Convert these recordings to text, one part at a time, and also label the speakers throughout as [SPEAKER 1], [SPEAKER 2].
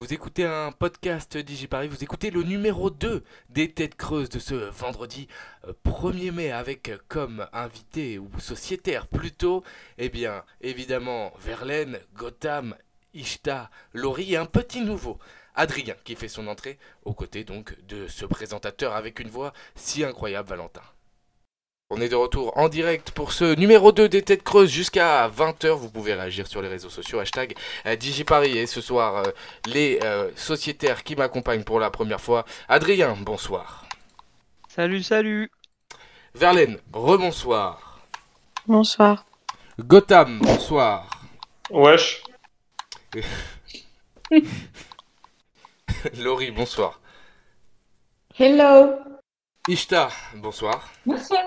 [SPEAKER 1] Vous écoutez un podcast DigiParis, vous écoutez le numéro 2 des Têtes Creuses de ce vendredi euh, 1er mai avec euh, comme invité ou sociétaire plutôt, eh bien évidemment Verlaine, Gotham, Ishta, Laurie et un petit nouveau, Adrien, qui fait son entrée aux côtés donc de ce présentateur avec une voix si incroyable, Valentin. On est de retour en direct pour ce numéro 2 des Têtes Creuses jusqu'à 20h. Vous pouvez réagir sur les réseaux sociaux, hashtag euh, DigiParis. Et ce soir, euh, les euh, sociétaires qui m'accompagnent pour la première fois. Adrien, bonsoir.
[SPEAKER 2] Salut, salut.
[SPEAKER 1] Verlaine, rebonsoir.
[SPEAKER 3] Bonsoir.
[SPEAKER 1] Gotham, bonsoir.
[SPEAKER 4] Wesh.
[SPEAKER 1] Laurie, bonsoir.
[SPEAKER 3] Hello.
[SPEAKER 1] Ishta, bonsoir.
[SPEAKER 3] Bonsoir.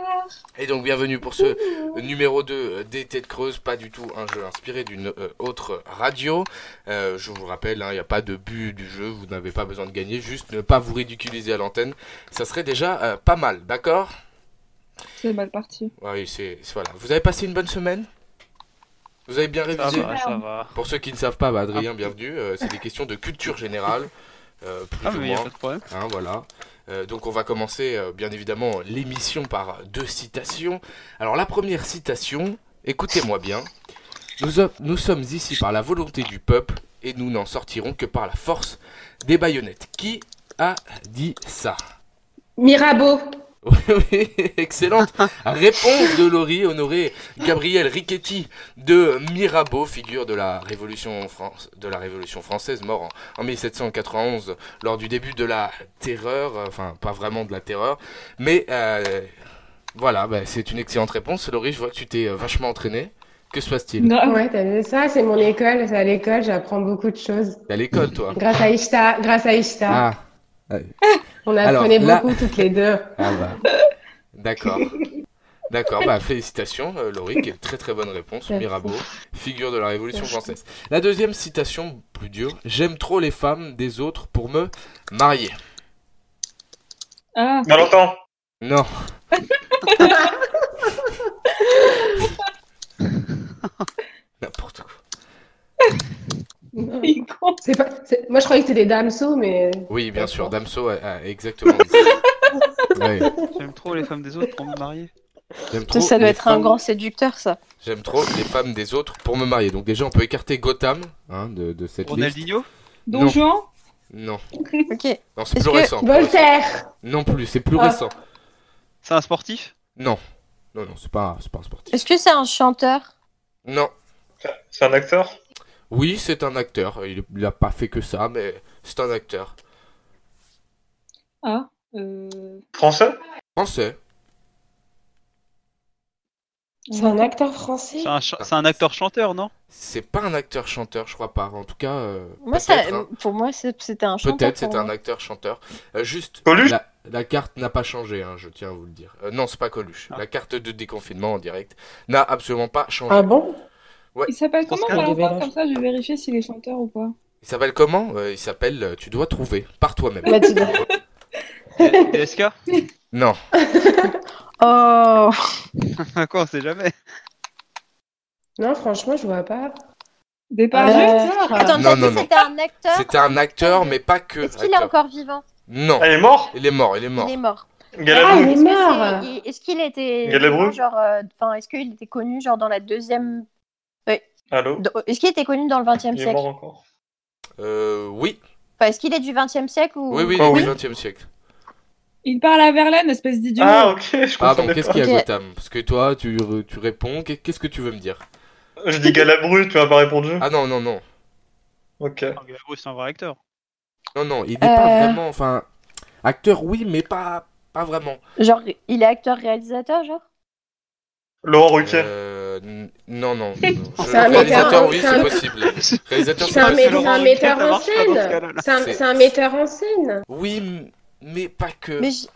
[SPEAKER 1] Et donc bienvenue pour ce numéro 2 des Têtes Creuses, pas du tout un jeu inspiré d'une euh, autre radio. Euh, je vous rappelle, il n'y a pas de but du jeu, vous n'avez pas besoin de gagner, juste ne pas vous ridiculiser à l'antenne, ça serait déjà euh, pas mal, d'accord
[SPEAKER 3] C'est mal parti.
[SPEAKER 1] Oui, c'est c'est- voilà. Vous avez passé une bonne semaine Vous avez bien
[SPEAKER 2] Ça
[SPEAKER 1] révisé
[SPEAKER 2] va, ça va.
[SPEAKER 1] Pour ceux qui ne savent pas, bah, Adrien, bienvenue. Euh, c'est des questions de culture générale. euh, plus
[SPEAKER 2] Ah,
[SPEAKER 1] ou
[SPEAKER 2] mais y a
[SPEAKER 1] moins.
[SPEAKER 2] pas de problème.
[SPEAKER 1] Hein, voilà. Euh, donc on va commencer euh, bien évidemment l'émission par deux citations. Alors la première citation, écoutez-moi bien. Nous, o- nous sommes ici par la volonté du peuple et nous n'en sortirons que par la force des baïonnettes. Qui a dit ça
[SPEAKER 3] Mirabeau.
[SPEAKER 1] oui, oui, excellente réponse de Laurie, honorée Gabriel Riquetti de Mirabeau, figure de la Révolution, France, de la Révolution française, mort en, en 1791 lors du début de la terreur, euh, enfin pas vraiment de la terreur, mais euh, voilà, bah, c'est une excellente réponse. Laurie, je vois que tu t'es euh, vachement entraînée. Que se passe-t-il
[SPEAKER 5] Ouais, t'as vu ça, c'est
[SPEAKER 1] Ah.
[SPEAKER 5] mon école. C'est à l'école, j'apprends beaucoup de choses.
[SPEAKER 1] T'es à l'école, toi
[SPEAKER 5] Grâce à Ishta, grâce à Ishta,
[SPEAKER 1] Ah,
[SPEAKER 5] on
[SPEAKER 1] alors,
[SPEAKER 5] apprenait
[SPEAKER 1] là-
[SPEAKER 5] beaucoup toutes les deux.
[SPEAKER 1] ah bah. D'accord. D'accord, bah félicitations euh, Laurie, qui est une très très bonne réponse,
[SPEAKER 5] Merci.
[SPEAKER 1] Mirabeau, figure de la Révolution
[SPEAKER 5] Merci.
[SPEAKER 1] française. La deuxième citation, plus dure, j'aime trop les femmes des autres pour me marier.
[SPEAKER 3] Ah,
[SPEAKER 4] Valentin.
[SPEAKER 1] Non, n'importe quoi.
[SPEAKER 5] Non.
[SPEAKER 3] il est con.
[SPEAKER 5] C'est pas, c'est- Moi, je croyais que c'était des damsaux, mais
[SPEAKER 1] Oui, bien sûr,
[SPEAKER 5] D'accord.
[SPEAKER 1] Damso a, a exactement dit ça. Ouais,
[SPEAKER 2] J'aime trop les femmes des autres pour me marier.
[SPEAKER 1] J'aime
[SPEAKER 3] Ça,
[SPEAKER 1] trop
[SPEAKER 3] ça doit
[SPEAKER 1] les
[SPEAKER 3] être un
[SPEAKER 1] femmes-
[SPEAKER 3] grand séducteur, ça.
[SPEAKER 1] J'aime trop les femmes des autres pour me marier. Donc déjà, on peut écarter Gotham hein, de, de cette liste.
[SPEAKER 2] Ronaldinho
[SPEAKER 1] Non.
[SPEAKER 6] Don Juan
[SPEAKER 1] Non,
[SPEAKER 3] Ok.
[SPEAKER 1] non c'est
[SPEAKER 3] Est-ce
[SPEAKER 1] plus
[SPEAKER 3] que
[SPEAKER 1] récent. plus récent.
[SPEAKER 5] Voltaire.
[SPEAKER 1] Non plus, c'est plus
[SPEAKER 5] Ah.
[SPEAKER 1] récent.
[SPEAKER 2] C'est un sportif
[SPEAKER 1] Non, non, non, c'est pas, c'est pas un sportif.
[SPEAKER 3] Est-ce que c'est un chanteur
[SPEAKER 1] Non.
[SPEAKER 4] C'est un acteur
[SPEAKER 1] Oui, c'est un acteur. Il n'a pas fait que ça, mais c'est un acteur.
[SPEAKER 6] Ah, euh...
[SPEAKER 4] français
[SPEAKER 1] Français.
[SPEAKER 5] C'est un acteur français.
[SPEAKER 2] C'est un, cha- c'est un
[SPEAKER 5] Ah.
[SPEAKER 2] acteur-chanteur, non
[SPEAKER 1] C'est pas un acteur-chanteur, je crois pas. En tout cas, euh,
[SPEAKER 3] Moi, ça,
[SPEAKER 1] peut-être. hein.
[SPEAKER 3] pour moi, c'est- c'était un chanteur.
[SPEAKER 1] Peut-être
[SPEAKER 3] pour
[SPEAKER 1] c'est un
[SPEAKER 3] moi.
[SPEAKER 1] acteur-chanteur. Euh, juste,
[SPEAKER 4] Coluche
[SPEAKER 1] la, la carte n'a pas changé, hein, je tiens à vous le dire. Euh, non, c'est pas Coluche.
[SPEAKER 2] Ah.
[SPEAKER 1] La carte de déconfinement en direct n'a absolument pas changé.
[SPEAKER 5] Ah bon
[SPEAKER 6] Il s'appelle comment
[SPEAKER 2] Pascal
[SPEAKER 6] par
[SPEAKER 5] Duvernay.
[SPEAKER 6] rapport Comme ça, je vais vérifier s'il est chanteur ou pas.
[SPEAKER 1] Il s'appelle comment Euh, Il s'appelle euh, Tu dois trouver, par toi-même.
[SPEAKER 5] Bah, tu dois-
[SPEAKER 2] DSK
[SPEAKER 1] Non,
[SPEAKER 3] Oh
[SPEAKER 2] Ah, Quoi, on sait jamais.
[SPEAKER 5] Non, franchement, je vois pas.
[SPEAKER 6] Dépardieu
[SPEAKER 5] Euh,
[SPEAKER 3] Attends,
[SPEAKER 1] Non, non,
[SPEAKER 3] t'as dit
[SPEAKER 1] non.
[SPEAKER 3] c'était un acteur
[SPEAKER 1] c'était un acteur, mais pas que.
[SPEAKER 3] Est-ce qu'il est
[SPEAKER 1] acteur.
[SPEAKER 3] encore vivant
[SPEAKER 1] Non,
[SPEAKER 4] Elle Ah, est morte
[SPEAKER 1] il est mort, il est mort.
[SPEAKER 3] Il est mort.
[SPEAKER 5] Ah,
[SPEAKER 4] Galabru
[SPEAKER 5] oui.
[SPEAKER 3] Est-ce que
[SPEAKER 5] mort.
[SPEAKER 3] c'est- il- Est-ce qu'il était
[SPEAKER 4] Galabru
[SPEAKER 3] genre, euh, enfin, est-ce qu'il était connu genre dans la deuxième,
[SPEAKER 5] Ah.
[SPEAKER 4] Allô
[SPEAKER 3] dans- est-ce qu'il était connu dans le 20e
[SPEAKER 4] Il est
[SPEAKER 3] siècle
[SPEAKER 4] mort encore.
[SPEAKER 1] Euh, oui,
[SPEAKER 3] Enfin, est-ce qu'il est du 20e siècle ou
[SPEAKER 1] oui, oui,
[SPEAKER 4] Ah
[SPEAKER 1] il est
[SPEAKER 4] oui.
[SPEAKER 1] du 20 siècle.
[SPEAKER 6] Il parle à Verlaine, espèce d'idiot.
[SPEAKER 4] Ah, ok, je
[SPEAKER 1] Ah bon,
[SPEAKER 4] comprenais
[SPEAKER 1] qu'est-ce qu'il y a
[SPEAKER 3] Ok.
[SPEAKER 1] Gotham Parce que toi, tu, euh, tu réponds, qu'est- qu'est-ce que tu veux me dire
[SPEAKER 4] pas. Je dis Galabru, tu m'as pas répondu
[SPEAKER 1] Ah non, non, non.
[SPEAKER 4] Ok.
[SPEAKER 2] Ah, Galabru, c'est un vrai acteur.
[SPEAKER 1] Non, non, il n'est pas
[SPEAKER 3] Euh.
[SPEAKER 1] vraiment, enfin... Acteur, oui, mais pas, pas vraiment.
[SPEAKER 3] Genre, il est acteur-réalisateur, genre
[SPEAKER 4] Laurent Ruquier.
[SPEAKER 1] Euh, n- non, non. non. Je-
[SPEAKER 5] C'est un
[SPEAKER 1] réalisateur,
[SPEAKER 5] médecin,
[SPEAKER 1] oui,
[SPEAKER 5] c'est
[SPEAKER 1] c'est
[SPEAKER 5] un-
[SPEAKER 1] possible. Réalisateur,
[SPEAKER 5] C'est
[SPEAKER 1] c'est
[SPEAKER 5] un, mé-
[SPEAKER 1] possible.
[SPEAKER 5] c'est un
[SPEAKER 2] Laurent
[SPEAKER 5] metteur
[SPEAKER 2] Ruquier,
[SPEAKER 5] en
[SPEAKER 2] ça marche pas dans ce
[SPEAKER 5] scène.
[SPEAKER 2] cas-là.
[SPEAKER 5] C'est un,
[SPEAKER 1] C'est-
[SPEAKER 5] c'est un metteur en scène.
[SPEAKER 1] Oui, m- mais pas que.
[SPEAKER 3] Mais j-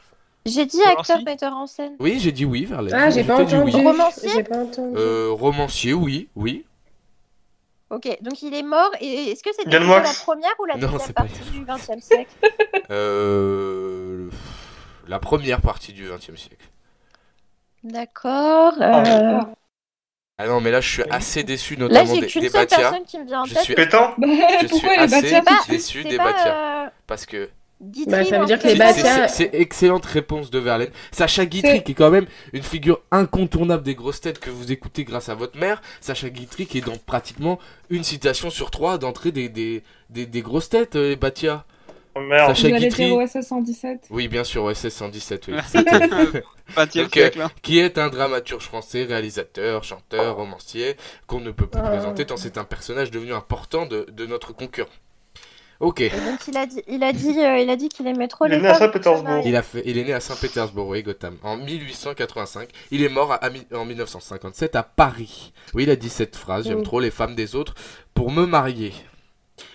[SPEAKER 3] j'ai dit
[SPEAKER 2] Romancier
[SPEAKER 3] acteur, metteur en scène.
[SPEAKER 1] Oui, j'ai dit oui, Verlaine.
[SPEAKER 5] Ah, j'ai
[SPEAKER 1] Je
[SPEAKER 5] pas
[SPEAKER 1] t'ai dit
[SPEAKER 5] entendu.
[SPEAKER 1] oui.
[SPEAKER 3] Romancier
[SPEAKER 5] J'ai pas entendu.
[SPEAKER 1] Euh, romancier, oui, oui.
[SPEAKER 3] Ok, donc il est mort. Et est-ce que c'était
[SPEAKER 4] Yann
[SPEAKER 3] plutôt la
[SPEAKER 4] Moix.
[SPEAKER 3] première ou la
[SPEAKER 1] Non,
[SPEAKER 3] deuxième
[SPEAKER 1] c'est pas
[SPEAKER 3] partie du XXe siècle
[SPEAKER 1] Euh, la première partie du XXe siècle.
[SPEAKER 3] D'accord. euh,
[SPEAKER 4] Ah,
[SPEAKER 1] Ah non, mais là, je suis assez déçu,
[SPEAKER 3] Là,
[SPEAKER 1] notamment
[SPEAKER 3] j'ai
[SPEAKER 1] des,
[SPEAKER 3] qu'une
[SPEAKER 1] des
[SPEAKER 3] seule
[SPEAKER 1] Batia.
[SPEAKER 3] personne qui me vient en
[SPEAKER 1] Je
[SPEAKER 3] tête.
[SPEAKER 1] suis
[SPEAKER 4] Pétain
[SPEAKER 6] Bah,
[SPEAKER 1] Je
[SPEAKER 6] pourquoi
[SPEAKER 1] suis
[SPEAKER 6] les
[SPEAKER 1] assez
[SPEAKER 6] Batia tout de suite
[SPEAKER 1] déçu
[SPEAKER 3] C'est
[SPEAKER 1] des
[SPEAKER 3] pas,
[SPEAKER 1] Batia.
[SPEAKER 3] euh,
[SPEAKER 1] Parce que
[SPEAKER 3] Guitry,
[SPEAKER 5] Bah, ça veut
[SPEAKER 3] non,
[SPEAKER 5] dire que
[SPEAKER 3] c'est-
[SPEAKER 5] les
[SPEAKER 1] c'est-
[SPEAKER 5] Batia-
[SPEAKER 1] c'est c'est excellente réponse de Verlaine. Sacha Guitry,
[SPEAKER 6] C'est-
[SPEAKER 1] qui est quand même une figure incontournable des grosses têtes que vous écoutez grâce à votre mère. Sacha Guitry, qui est dans pratiquement une citation sur trois d'entrée des, des, des, des grosses têtes, euh, les Batia.
[SPEAKER 4] Oh, Merde.
[SPEAKER 1] Sacha
[SPEAKER 6] Vous allez
[SPEAKER 1] Guitry.
[SPEAKER 6] dire au SS 117.
[SPEAKER 1] Oui, bien sûr, ouais, c'est 117, oui.
[SPEAKER 2] Merci.
[SPEAKER 1] C'était-
[SPEAKER 2] 20e
[SPEAKER 1] Ok.
[SPEAKER 2] siècle. hein.
[SPEAKER 1] qui est un dramaturge français, réalisateur, chanteur, romancier, qu'on ne peut plus
[SPEAKER 5] Ah.
[SPEAKER 1] présenter tant c'est un personnage devenu important de, de notre concurrent. Ok,
[SPEAKER 3] Et donc, il a dit, il a dit, euh, il a dit qu'il aimait trop
[SPEAKER 4] Il
[SPEAKER 3] les
[SPEAKER 4] est né à
[SPEAKER 3] femmes,
[SPEAKER 4] Saint-Pétersbourg.
[SPEAKER 3] ça m'a-
[SPEAKER 1] il, a fait- il est né à Saint-Pétersbourg, oui, Gotham, en 1885. Il est mort à- à mi- en 1957 à Paris. Oui, il a dit cette phrase, j'aime
[SPEAKER 3] Mm.
[SPEAKER 5] Oui.
[SPEAKER 1] trop les femmes des autres pour me marier.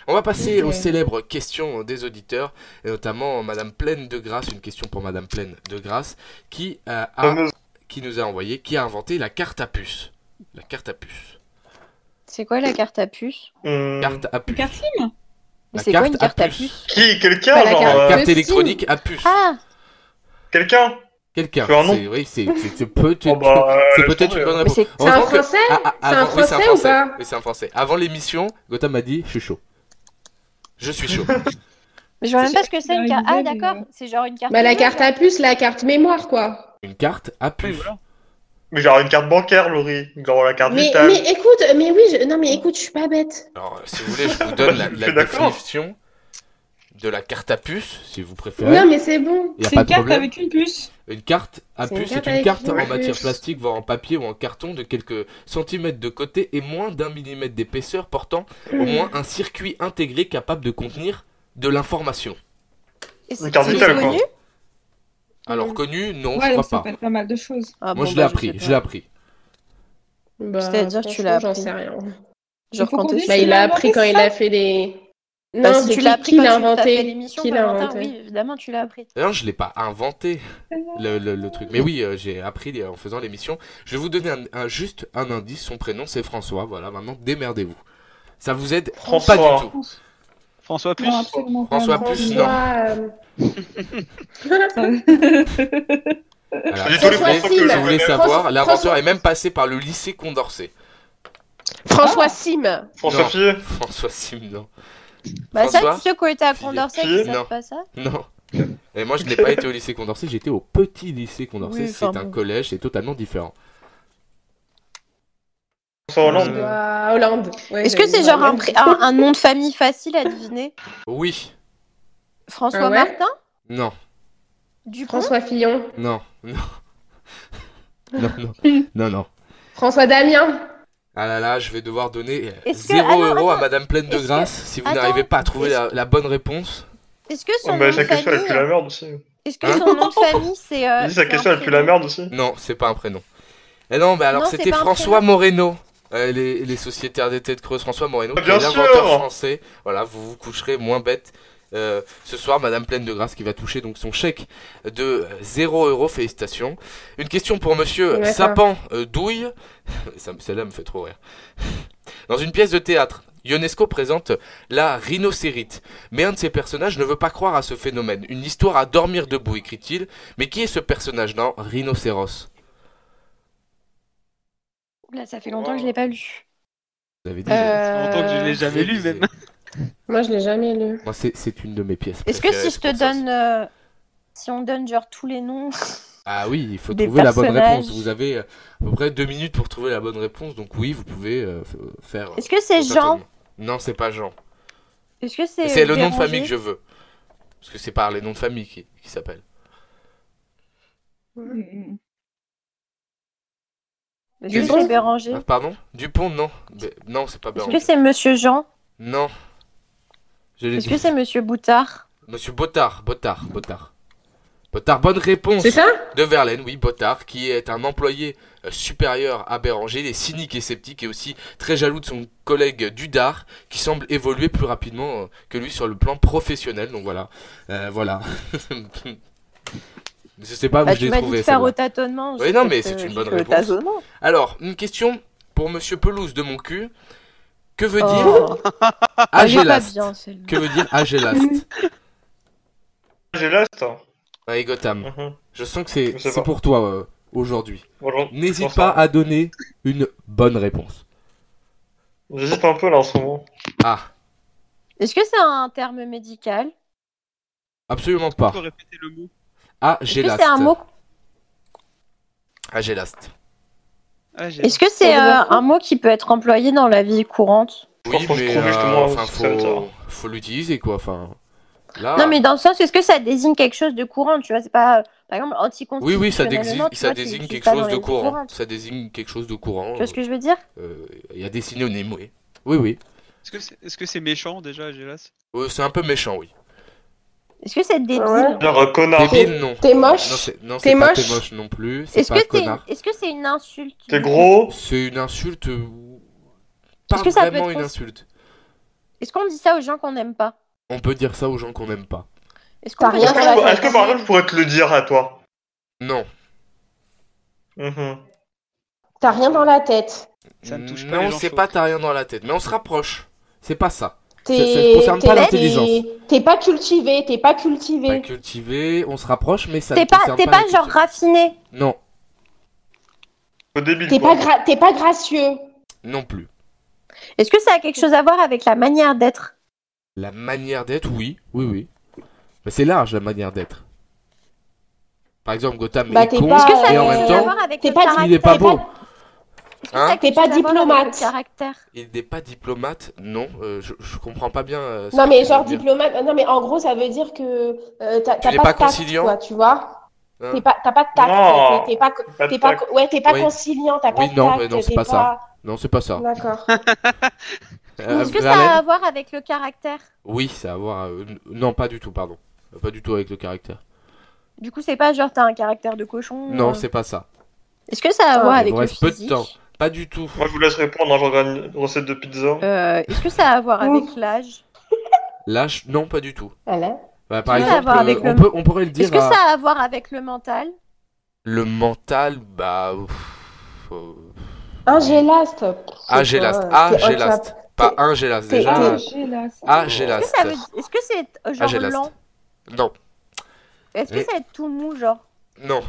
[SPEAKER 1] On va passer
[SPEAKER 5] Ok.
[SPEAKER 1] aux célèbres questions des auditeurs, et notamment Madame Pleine de Grâce, une question pour Madame Pleine de Grâce, qui, euh, a,
[SPEAKER 4] Fameuse.
[SPEAKER 1] qui nous a envoyé, qui a inventé la carte à puce. La carte à puce.
[SPEAKER 3] C'est quoi la carte à puce
[SPEAKER 4] Hum,
[SPEAKER 1] Carte à puce.
[SPEAKER 6] Carte SIM
[SPEAKER 3] Mais
[SPEAKER 1] La
[SPEAKER 3] c'est quoi une
[SPEAKER 1] carte à
[SPEAKER 3] carte à
[SPEAKER 1] puce.
[SPEAKER 3] puce
[SPEAKER 4] Qui
[SPEAKER 5] Pas
[SPEAKER 4] Quelqu'un
[SPEAKER 5] la
[SPEAKER 4] genre
[SPEAKER 5] carte.
[SPEAKER 1] La
[SPEAKER 4] euh,
[SPEAKER 1] carte
[SPEAKER 3] de
[SPEAKER 1] électronique à puce.
[SPEAKER 3] Ah
[SPEAKER 4] Quelqu'un
[SPEAKER 1] Quelqu'un.
[SPEAKER 4] Tu as un nom
[SPEAKER 1] C'est oui, c'est c'est- c'est peut-
[SPEAKER 4] Oh, bah,
[SPEAKER 1] c'est
[SPEAKER 4] euh,
[SPEAKER 1] peut-être
[SPEAKER 4] attendez,
[SPEAKER 1] une bonne
[SPEAKER 4] hein.
[SPEAKER 3] Mais
[SPEAKER 1] réponse.
[SPEAKER 3] c'est
[SPEAKER 5] C'est un
[SPEAKER 1] Heureusement que-
[SPEAKER 5] français
[SPEAKER 1] Ah, ah,
[SPEAKER 5] C'est un
[SPEAKER 1] avant- oui, c'est un
[SPEAKER 5] français ou
[SPEAKER 1] français.
[SPEAKER 5] pas
[SPEAKER 1] Oui, c'est un français. Avant l'émission, Gotham m'a dit, je suis chaud. Je suis chaud.
[SPEAKER 3] Mais je vois même pas ce que c'est une
[SPEAKER 6] une
[SPEAKER 3] carte. Ah,
[SPEAKER 6] blague, euh.
[SPEAKER 3] d'accord. C'est genre une carte.
[SPEAKER 5] Bah, la
[SPEAKER 3] bleue,
[SPEAKER 5] carte
[SPEAKER 3] là.
[SPEAKER 5] à puce, la carte mémoire, quoi.
[SPEAKER 1] Une carte à
[SPEAKER 2] Oui,
[SPEAKER 1] puce.
[SPEAKER 2] voilà.
[SPEAKER 4] Mais genre une carte bancaire, Laurie. Genre la carte
[SPEAKER 5] Mais,
[SPEAKER 4] vitale.
[SPEAKER 5] mais écoute, mais oui, je... non, mais écoute, je suis pas bête.
[SPEAKER 1] Alors, euh, si vous voulez, je vous donne la,
[SPEAKER 4] Je suis
[SPEAKER 1] la
[SPEAKER 4] d'accord.
[SPEAKER 1] définition de la carte à puce, si vous
[SPEAKER 5] Non,
[SPEAKER 1] préférez.
[SPEAKER 5] mais c'est bon.
[SPEAKER 1] Il y a
[SPEAKER 6] C'est
[SPEAKER 1] pas
[SPEAKER 6] une
[SPEAKER 1] de
[SPEAKER 6] carte
[SPEAKER 1] problème.
[SPEAKER 6] avec une puce.
[SPEAKER 1] Une carte à
[SPEAKER 5] C'est une
[SPEAKER 1] puce
[SPEAKER 5] carte
[SPEAKER 1] est une
[SPEAKER 5] avec
[SPEAKER 1] carte
[SPEAKER 5] une
[SPEAKER 1] en
[SPEAKER 5] puce.
[SPEAKER 1] matière plastique, voire en papier ou en carton, de quelques centimètres de côté et moins d'un millimètre d'épaisseur, portant
[SPEAKER 5] Mm.
[SPEAKER 1] au moins un circuit intégré capable de contenir de l'information.
[SPEAKER 3] Et c'est-
[SPEAKER 4] carte
[SPEAKER 3] c'est
[SPEAKER 4] vitale,
[SPEAKER 3] connu
[SPEAKER 1] Alors connu, non,
[SPEAKER 6] Ouais,
[SPEAKER 1] je
[SPEAKER 6] donc
[SPEAKER 1] crois
[SPEAKER 6] ça
[SPEAKER 1] pas.
[SPEAKER 6] peut être pas mal de choses.
[SPEAKER 3] Ah,
[SPEAKER 1] Moi,
[SPEAKER 3] bon,
[SPEAKER 1] je l'ai
[SPEAKER 3] bah,
[SPEAKER 1] appris,
[SPEAKER 3] sais
[SPEAKER 1] je
[SPEAKER 3] pas.
[SPEAKER 1] l'ai appris.
[SPEAKER 5] Bah,
[SPEAKER 3] C'est-à-dire, tu
[SPEAKER 5] franchement,
[SPEAKER 3] l'as
[SPEAKER 5] J'en
[SPEAKER 3] appris.
[SPEAKER 5] sais rien.
[SPEAKER 3] Genre
[SPEAKER 6] Faut
[SPEAKER 3] quand
[SPEAKER 6] qu'on
[SPEAKER 3] t'es-
[SPEAKER 6] dise
[SPEAKER 5] Bah,
[SPEAKER 6] Tu
[SPEAKER 5] il
[SPEAKER 6] l'as
[SPEAKER 5] l'a appris
[SPEAKER 6] inventé,
[SPEAKER 5] quand il
[SPEAKER 6] ça
[SPEAKER 5] a fait les.
[SPEAKER 3] Bah,
[SPEAKER 5] Non,
[SPEAKER 3] si
[SPEAKER 5] c'est
[SPEAKER 3] tu
[SPEAKER 5] qui,
[SPEAKER 3] l'as appris
[SPEAKER 5] qui
[SPEAKER 3] quand
[SPEAKER 5] l'a
[SPEAKER 3] tu t'as fait
[SPEAKER 5] inventé
[SPEAKER 3] l'émission,
[SPEAKER 5] Qui l'a
[SPEAKER 3] Valentin.
[SPEAKER 5] inventé
[SPEAKER 3] Oui, évidemment, tu l'as appris.
[SPEAKER 1] Non, je l'ai pas inventé le, le- le truc. Mais oui, euh, j'ai appris euh, en faisant l'émission. Je vais vous donner un, un- juste un indice. Son prénom, c'est François. Voilà, maintenant, démerdez-vous. Ça vous aide
[SPEAKER 4] François.
[SPEAKER 1] pas du tout.
[SPEAKER 2] François
[SPEAKER 6] François,
[SPEAKER 2] Plus.
[SPEAKER 6] non, absolument pas.
[SPEAKER 1] Oh. François
[SPEAKER 6] non.
[SPEAKER 1] Plus,
[SPEAKER 5] François, euh,
[SPEAKER 1] Voilà. Si vous
[SPEAKER 4] Je dis tous les
[SPEAKER 1] voulez-
[SPEAKER 4] François que
[SPEAKER 1] si
[SPEAKER 4] je
[SPEAKER 1] vous voulez
[SPEAKER 4] connais.
[SPEAKER 1] savoir,
[SPEAKER 5] François-
[SPEAKER 1] l'inventeur
[SPEAKER 5] François-
[SPEAKER 1] est même passé par le lycée Condorcet.
[SPEAKER 5] Ah,
[SPEAKER 3] François Sim.
[SPEAKER 4] François
[SPEAKER 1] Non.
[SPEAKER 4] Fillé.
[SPEAKER 1] François Sim, non.
[SPEAKER 3] Bah, ça,
[SPEAKER 1] François
[SPEAKER 3] tous ceux qui ont été à
[SPEAKER 1] Fille.
[SPEAKER 3] Condorcet,
[SPEAKER 4] Fille,
[SPEAKER 3] qui
[SPEAKER 1] non.
[SPEAKER 3] savent pas ça.
[SPEAKER 1] Non. Et moi, je n'ai pas été au lycée Condorcet, j'étais au petit lycée Condorcet.
[SPEAKER 3] Oui,
[SPEAKER 1] c'est
[SPEAKER 3] enfin
[SPEAKER 1] un
[SPEAKER 3] bon.
[SPEAKER 1] collège, c'est totalement différent.
[SPEAKER 4] François
[SPEAKER 1] Euh,
[SPEAKER 4] Hollande.
[SPEAKER 5] bah, Hollande. Ouais,
[SPEAKER 3] Est-ce que
[SPEAKER 5] j'allais
[SPEAKER 3] c'est
[SPEAKER 5] dire
[SPEAKER 3] genre un,
[SPEAKER 5] Hollande.
[SPEAKER 3] pré- un, un nom de famille facile à deviner
[SPEAKER 1] Oui.
[SPEAKER 3] François
[SPEAKER 5] Ah ouais
[SPEAKER 3] Martin
[SPEAKER 1] Non.
[SPEAKER 3] Dupont
[SPEAKER 5] François Fillon.
[SPEAKER 1] Non. Non. non, non. Non, non.
[SPEAKER 5] François Damien.
[SPEAKER 1] Ah là là, je vais devoir donner
[SPEAKER 3] Est-ce que-
[SPEAKER 1] 0
[SPEAKER 3] ah non,
[SPEAKER 1] euro à
[SPEAKER 3] attends.
[SPEAKER 1] Madame Pleine de
[SPEAKER 3] Est-ce que-
[SPEAKER 1] Grâce si vous
[SPEAKER 3] Attends.
[SPEAKER 1] n'arrivez pas à trouver la, la bonne réponse.
[SPEAKER 3] Est-ce que son
[SPEAKER 4] Oh,
[SPEAKER 3] nom
[SPEAKER 4] bah,
[SPEAKER 3] de
[SPEAKER 4] sa question, elle
[SPEAKER 3] famille,
[SPEAKER 4] pue
[SPEAKER 5] hein.
[SPEAKER 4] la merde aussi.
[SPEAKER 3] est-ce que
[SPEAKER 1] Hein
[SPEAKER 3] son nom de famille c'est euh,
[SPEAKER 4] Il dit sa
[SPEAKER 3] c'est un
[SPEAKER 4] question, elle pue
[SPEAKER 3] prénom
[SPEAKER 4] la merde aussi.
[SPEAKER 1] Non, c'est pas un prénom. Et non, mais alors
[SPEAKER 3] Non, c'est
[SPEAKER 1] c'était
[SPEAKER 3] pas un
[SPEAKER 1] François Moreno. euh, les, les sociétaires des têtes creuses, François Moreno,
[SPEAKER 4] Ah,
[SPEAKER 1] qui est
[SPEAKER 4] bien
[SPEAKER 1] l'inventeur
[SPEAKER 4] sûr.
[SPEAKER 1] français. Voilà, vous vous coucherez moins bête. Euh, ce soir, Madame Pleine de Grâce qui va toucher donc son chèque de 0 euro. Félicitations. Une question pour Monsieur
[SPEAKER 5] Ouais, ça.
[SPEAKER 1] Sapin euh, Douille. Ça me- Celle-là me fait trop rire. Dans une pièce de théâtre, Ionesco présente la rhinocérite. Mais un de ses personnages ne veut pas croire à ce phénomène. Une histoire à dormir debout, écrit-il. Mais qui est ce personnage dans Rhinocéros
[SPEAKER 3] Oula, ça fait longtemps que je l'ai pas lu.
[SPEAKER 1] Vous avez dit,
[SPEAKER 5] Euh,
[SPEAKER 2] longtemps que je l'ai
[SPEAKER 1] j'ai
[SPEAKER 2] jamais lu,
[SPEAKER 1] révisé.
[SPEAKER 2] même.
[SPEAKER 5] Moi, je l'ai jamais lu.
[SPEAKER 1] Moi, c'est, c'est une de mes pièces.
[SPEAKER 3] Est-ce que
[SPEAKER 1] préférées,
[SPEAKER 3] si
[SPEAKER 1] c'est
[SPEAKER 3] je te
[SPEAKER 1] pour ça
[SPEAKER 3] donne
[SPEAKER 1] aussi.
[SPEAKER 3] euh, si on donne genre tous les noms
[SPEAKER 1] Ah oui, il faut
[SPEAKER 3] des
[SPEAKER 1] trouver la bonne
[SPEAKER 3] personnages.
[SPEAKER 1] réponse. Vous avez euh, à peu près deux minutes pour trouver la bonne réponse. Donc, oui, vous pouvez euh, f- euh, faire. euh,
[SPEAKER 3] Est-ce que c'est Jean
[SPEAKER 1] certainement. Non, c'est pas Jean.
[SPEAKER 3] Est-ce que c'est
[SPEAKER 1] C'est le nom de
[SPEAKER 3] Béranger
[SPEAKER 1] famille que je veux. Parce que c'est par les noms de famille qui, qui s'appellent.
[SPEAKER 6] Mm.
[SPEAKER 3] Est-ce que
[SPEAKER 1] Dupont
[SPEAKER 3] c'est Béranger
[SPEAKER 1] Ah, pardon Dupont, non. Mais- non, c'est pas
[SPEAKER 3] Est-ce
[SPEAKER 1] Béranger.
[SPEAKER 3] que c'est Monsieur Jean
[SPEAKER 1] Non. Je l'ai
[SPEAKER 3] Est-ce
[SPEAKER 1] dit.
[SPEAKER 3] que c'est Monsieur Boutard
[SPEAKER 1] Monsieur Bottard, Bottard, Bottard. Bottard, bonne réponse
[SPEAKER 5] C'est ça
[SPEAKER 1] de Verlaine, oui, Bottard, qui est un employé euh, supérieur à Béranger, il est cynique et sceptique et aussi très jaloux de son collègue Dudard, qui semble évoluer plus rapidement euh, que lui sur le plan professionnel. Donc voilà, Euh, voilà. je sais pas où
[SPEAKER 3] Bah,
[SPEAKER 1] je
[SPEAKER 3] Tu
[SPEAKER 1] l'ai
[SPEAKER 3] m'as dit
[SPEAKER 1] trouvé.
[SPEAKER 3] de faire
[SPEAKER 1] celle-là.
[SPEAKER 3] au tâtonnement.
[SPEAKER 1] Oui,
[SPEAKER 3] j'ai
[SPEAKER 1] non, mais
[SPEAKER 3] fait,
[SPEAKER 1] c'est une
[SPEAKER 3] euh,
[SPEAKER 1] bonne
[SPEAKER 3] j'ai fait au
[SPEAKER 1] réponse.
[SPEAKER 3] tâtonnement.
[SPEAKER 1] Alors, une question pour Monsieur Pelouse de mon cul. Que veut dire Ah,
[SPEAKER 3] Oh, elle est pas
[SPEAKER 1] Agélast
[SPEAKER 3] bien celle-là.
[SPEAKER 1] Que veut dire Agélast
[SPEAKER 4] Ah, J'ai l'ast.
[SPEAKER 1] Allez, Gotham,
[SPEAKER 4] Mhm.
[SPEAKER 1] je sens que c'est
[SPEAKER 4] Je sais
[SPEAKER 1] c'est
[SPEAKER 4] pas.
[SPEAKER 1] pour toi euh, aujourd'hui.
[SPEAKER 4] Bonjour.
[SPEAKER 1] N'hésite
[SPEAKER 4] Bonsoir.
[SPEAKER 1] pas à donner une Bonne réponse.
[SPEAKER 4] J'hésite un peu là en ce moment.
[SPEAKER 1] Ah,
[SPEAKER 3] Est-ce que c'est un terme médical
[SPEAKER 1] absolument pas.
[SPEAKER 2] Faut répéter le mot.
[SPEAKER 1] Ah,
[SPEAKER 3] Est-ce
[SPEAKER 1] j'ai
[SPEAKER 3] que c'est un mot
[SPEAKER 1] Ah, j'ai last.
[SPEAKER 2] Ah, j'ai-
[SPEAKER 3] Est-ce que c'est euh, un mot qui peut être employé dans la vie courante
[SPEAKER 4] Faut-
[SPEAKER 1] Oui,
[SPEAKER 4] faut se
[SPEAKER 1] mais
[SPEAKER 4] trouver,
[SPEAKER 1] euh,
[SPEAKER 4] justement,
[SPEAKER 1] enfin,
[SPEAKER 4] ce que ça veut
[SPEAKER 1] faut,
[SPEAKER 4] dire.
[SPEAKER 1] faut l'utiliser quoi. Enfin, là.
[SPEAKER 3] Non, mais dans le sens, est-ce que ça désigne quelque chose de courant Tu vois, c'est pas, euh, par exemple,
[SPEAKER 1] Oui,
[SPEAKER 3] anticonstitutionnellement.
[SPEAKER 1] oui, ça,
[SPEAKER 3] tu
[SPEAKER 1] désigne-
[SPEAKER 3] vois,
[SPEAKER 1] ça
[SPEAKER 3] tu
[SPEAKER 1] désigne
[SPEAKER 3] l'utilises
[SPEAKER 1] quelque
[SPEAKER 3] pas dans
[SPEAKER 1] chose
[SPEAKER 3] la
[SPEAKER 1] de
[SPEAKER 3] vie
[SPEAKER 1] courant.
[SPEAKER 3] courante.
[SPEAKER 1] Ça désigne quelque chose de courant.
[SPEAKER 3] Tu vois ce que je veux dire
[SPEAKER 1] Euh, Il y a des synonymes, oui. Oui, oui.
[SPEAKER 2] Est-ce que c'est est-ce que c'est méchant déjà, Gélas
[SPEAKER 1] Euh, c'est un peu méchant, oui.
[SPEAKER 3] Est-ce que c'est débile
[SPEAKER 5] Ouais.
[SPEAKER 4] Genre euh, connard,
[SPEAKER 1] Débile, non.
[SPEAKER 5] T'es
[SPEAKER 1] Non,
[SPEAKER 5] moche
[SPEAKER 1] c'est non,
[SPEAKER 5] T'es
[SPEAKER 1] c'est pas
[SPEAKER 5] moche
[SPEAKER 1] t'es moche non plus. C'est
[SPEAKER 3] Est-ce
[SPEAKER 1] pas
[SPEAKER 3] que c'est
[SPEAKER 1] connard.
[SPEAKER 3] est-ce que c'est une insulte
[SPEAKER 4] t'es gros.
[SPEAKER 1] C'est une insulte. euh, Pas
[SPEAKER 3] que ça peut
[SPEAKER 1] vraiment
[SPEAKER 3] être
[SPEAKER 1] une
[SPEAKER 3] cons-
[SPEAKER 1] insulte.
[SPEAKER 3] Est-ce qu'on dit ça aux gens qu'on n'aime pas
[SPEAKER 1] On peut dire ça aux gens qu'on n'aime pas.
[SPEAKER 3] Est-ce qu'on
[SPEAKER 5] T'as
[SPEAKER 3] peut
[SPEAKER 5] rien
[SPEAKER 3] dire
[SPEAKER 4] Est-ce
[SPEAKER 5] ça
[SPEAKER 3] ça
[SPEAKER 5] va,
[SPEAKER 4] que,
[SPEAKER 5] ça
[SPEAKER 4] est-ce que, par exemple je pourrais te le dire à toi
[SPEAKER 1] Non.
[SPEAKER 4] Mhm.
[SPEAKER 5] T'as rien dans la tête.
[SPEAKER 2] Ça ne touche pas les
[SPEAKER 1] non,
[SPEAKER 2] gens
[SPEAKER 1] c'est
[SPEAKER 2] chauds.
[SPEAKER 1] pas t'as rien dans la tête, mais on se rapproche. C'est pas ça. Ça- ça
[SPEAKER 5] T'es
[SPEAKER 1] concerne
[SPEAKER 5] t'es-
[SPEAKER 1] pas
[SPEAKER 5] t'es-
[SPEAKER 1] l'intelligence.
[SPEAKER 5] T'es pas cultivé, t'es pas
[SPEAKER 1] Pas
[SPEAKER 5] cultivé.
[SPEAKER 1] cultivé, on se rapproche, mais ça.
[SPEAKER 3] T'es
[SPEAKER 1] ne
[SPEAKER 3] pas
[SPEAKER 1] concerne
[SPEAKER 3] t'es
[SPEAKER 1] la
[SPEAKER 3] pas
[SPEAKER 1] culture.
[SPEAKER 3] genre raffiné.
[SPEAKER 1] Non,
[SPEAKER 4] Au débile.
[SPEAKER 5] T'es
[SPEAKER 4] quoi.
[SPEAKER 5] pas, gra- t'es pas gracieux.
[SPEAKER 1] non plus.
[SPEAKER 3] Est-ce que ça a quelque chose à voir avec la manière d'être
[SPEAKER 1] La manière d'être, oui, oui, oui. Mais c'est large la manière d'être. Par exemple, Gotham
[SPEAKER 5] Bah,
[SPEAKER 1] est
[SPEAKER 5] t'es
[SPEAKER 1] con,
[SPEAKER 5] pas-
[SPEAKER 3] Est-ce que ça a
[SPEAKER 1] et en
[SPEAKER 5] euh,
[SPEAKER 1] même
[SPEAKER 3] quelque chose
[SPEAKER 1] temps,
[SPEAKER 3] à
[SPEAKER 1] hein,
[SPEAKER 3] voir avec
[SPEAKER 5] t'es
[SPEAKER 3] le
[SPEAKER 5] pas-
[SPEAKER 3] caractère
[SPEAKER 1] il est pas
[SPEAKER 5] t'es
[SPEAKER 1] beau.
[SPEAKER 3] Est-ce que ça a
[SPEAKER 1] Hein
[SPEAKER 5] T'es
[SPEAKER 3] quelque
[SPEAKER 5] pas
[SPEAKER 3] chose à voir avec le
[SPEAKER 5] diplomate.
[SPEAKER 3] Caractère.
[SPEAKER 1] il n'est pas diplomate, non. euh, je, je comprends pas bien. euh, ce
[SPEAKER 5] Non
[SPEAKER 1] que
[SPEAKER 5] mais
[SPEAKER 1] tu
[SPEAKER 5] genre
[SPEAKER 1] veux dire.
[SPEAKER 5] diplomate, non mais en gros ça veut dire que euh, t'as t'as
[SPEAKER 1] n'es
[SPEAKER 5] pas,
[SPEAKER 1] pas
[SPEAKER 5] de tact,
[SPEAKER 1] conciliant.
[SPEAKER 5] quoi, tu vois.
[SPEAKER 1] Hein.
[SPEAKER 5] T'es pas, t'as pas de tact,
[SPEAKER 4] Non.
[SPEAKER 5] t'es- t'es pas, co-
[SPEAKER 4] Pas de
[SPEAKER 5] t'es pas,
[SPEAKER 4] tact.
[SPEAKER 5] co- ouais, t'es pas
[SPEAKER 1] Oui.
[SPEAKER 5] conciliant, t'as pas
[SPEAKER 1] Oui,
[SPEAKER 5] de
[SPEAKER 1] non,
[SPEAKER 5] tact,
[SPEAKER 1] mais non, c'est
[SPEAKER 5] t'es
[SPEAKER 1] pas ça. Non, c'est pas ça.
[SPEAKER 5] D'accord.
[SPEAKER 1] Euh,
[SPEAKER 3] Est-ce que ça
[SPEAKER 1] Verlaine
[SPEAKER 3] a à voir avec le caractère
[SPEAKER 1] Oui, ça a à voir. euh, n- non, pas du tout, pardon. Euh, Pas du tout avec le caractère.
[SPEAKER 3] Du coup, c'est pas genre t'as un caractère de cochon. euh.
[SPEAKER 1] Non, c'est pas ça.
[SPEAKER 3] Est-ce que ça a à voir
[SPEAKER 1] Il
[SPEAKER 3] avec
[SPEAKER 1] vous
[SPEAKER 3] le
[SPEAKER 1] reste peu de
[SPEAKER 3] physique
[SPEAKER 1] temps. Pas du tout.
[SPEAKER 4] Moi je vous laisse répondre, hein, je regarde une recette de pizza.
[SPEAKER 3] Euh, Est-ce que ça a à voir avec l'âge
[SPEAKER 1] Lâche, non, pas du tout.
[SPEAKER 5] Voilà.
[SPEAKER 1] Bah, par
[SPEAKER 3] Ça a à
[SPEAKER 1] exemple,
[SPEAKER 3] voir avec
[SPEAKER 1] euh,
[SPEAKER 3] le-
[SPEAKER 1] on, peut- on pourrait le dire
[SPEAKER 3] Est-ce que
[SPEAKER 1] à-
[SPEAKER 3] ça a à voir avec le mental
[SPEAKER 1] le mental, bah. ouf, euh,
[SPEAKER 5] Un gélaste.
[SPEAKER 1] Ah, gélaste. Ah, gélaste. Pas un gélaste
[SPEAKER 5] t'es-
[SPEAKER 1] déjà.
[SPEAKER 5] t'es-
[SPEAKER 1] euh,
[SPEAKER 6] Gélas.
[SPEAKER 1] Ah,
[SPEAKER 3] Est-ce
[SPEAKER 1] gélaste.
[SPEAKER 3] que ça veut- Est-ce que c'est euh,
[SPEAKER 1] Ah,
[SPEAKER 3] genre
[SPEAKER 1] gélaste.
[SPEAKER 3] lent
[SPEAKER 1] Non,
[SPEAKER 3] Est-ce que
[SPEAKER 1] Oui.
[SPEAKER 3] ça va être tout mou, genre
[SPEAKER 1] non.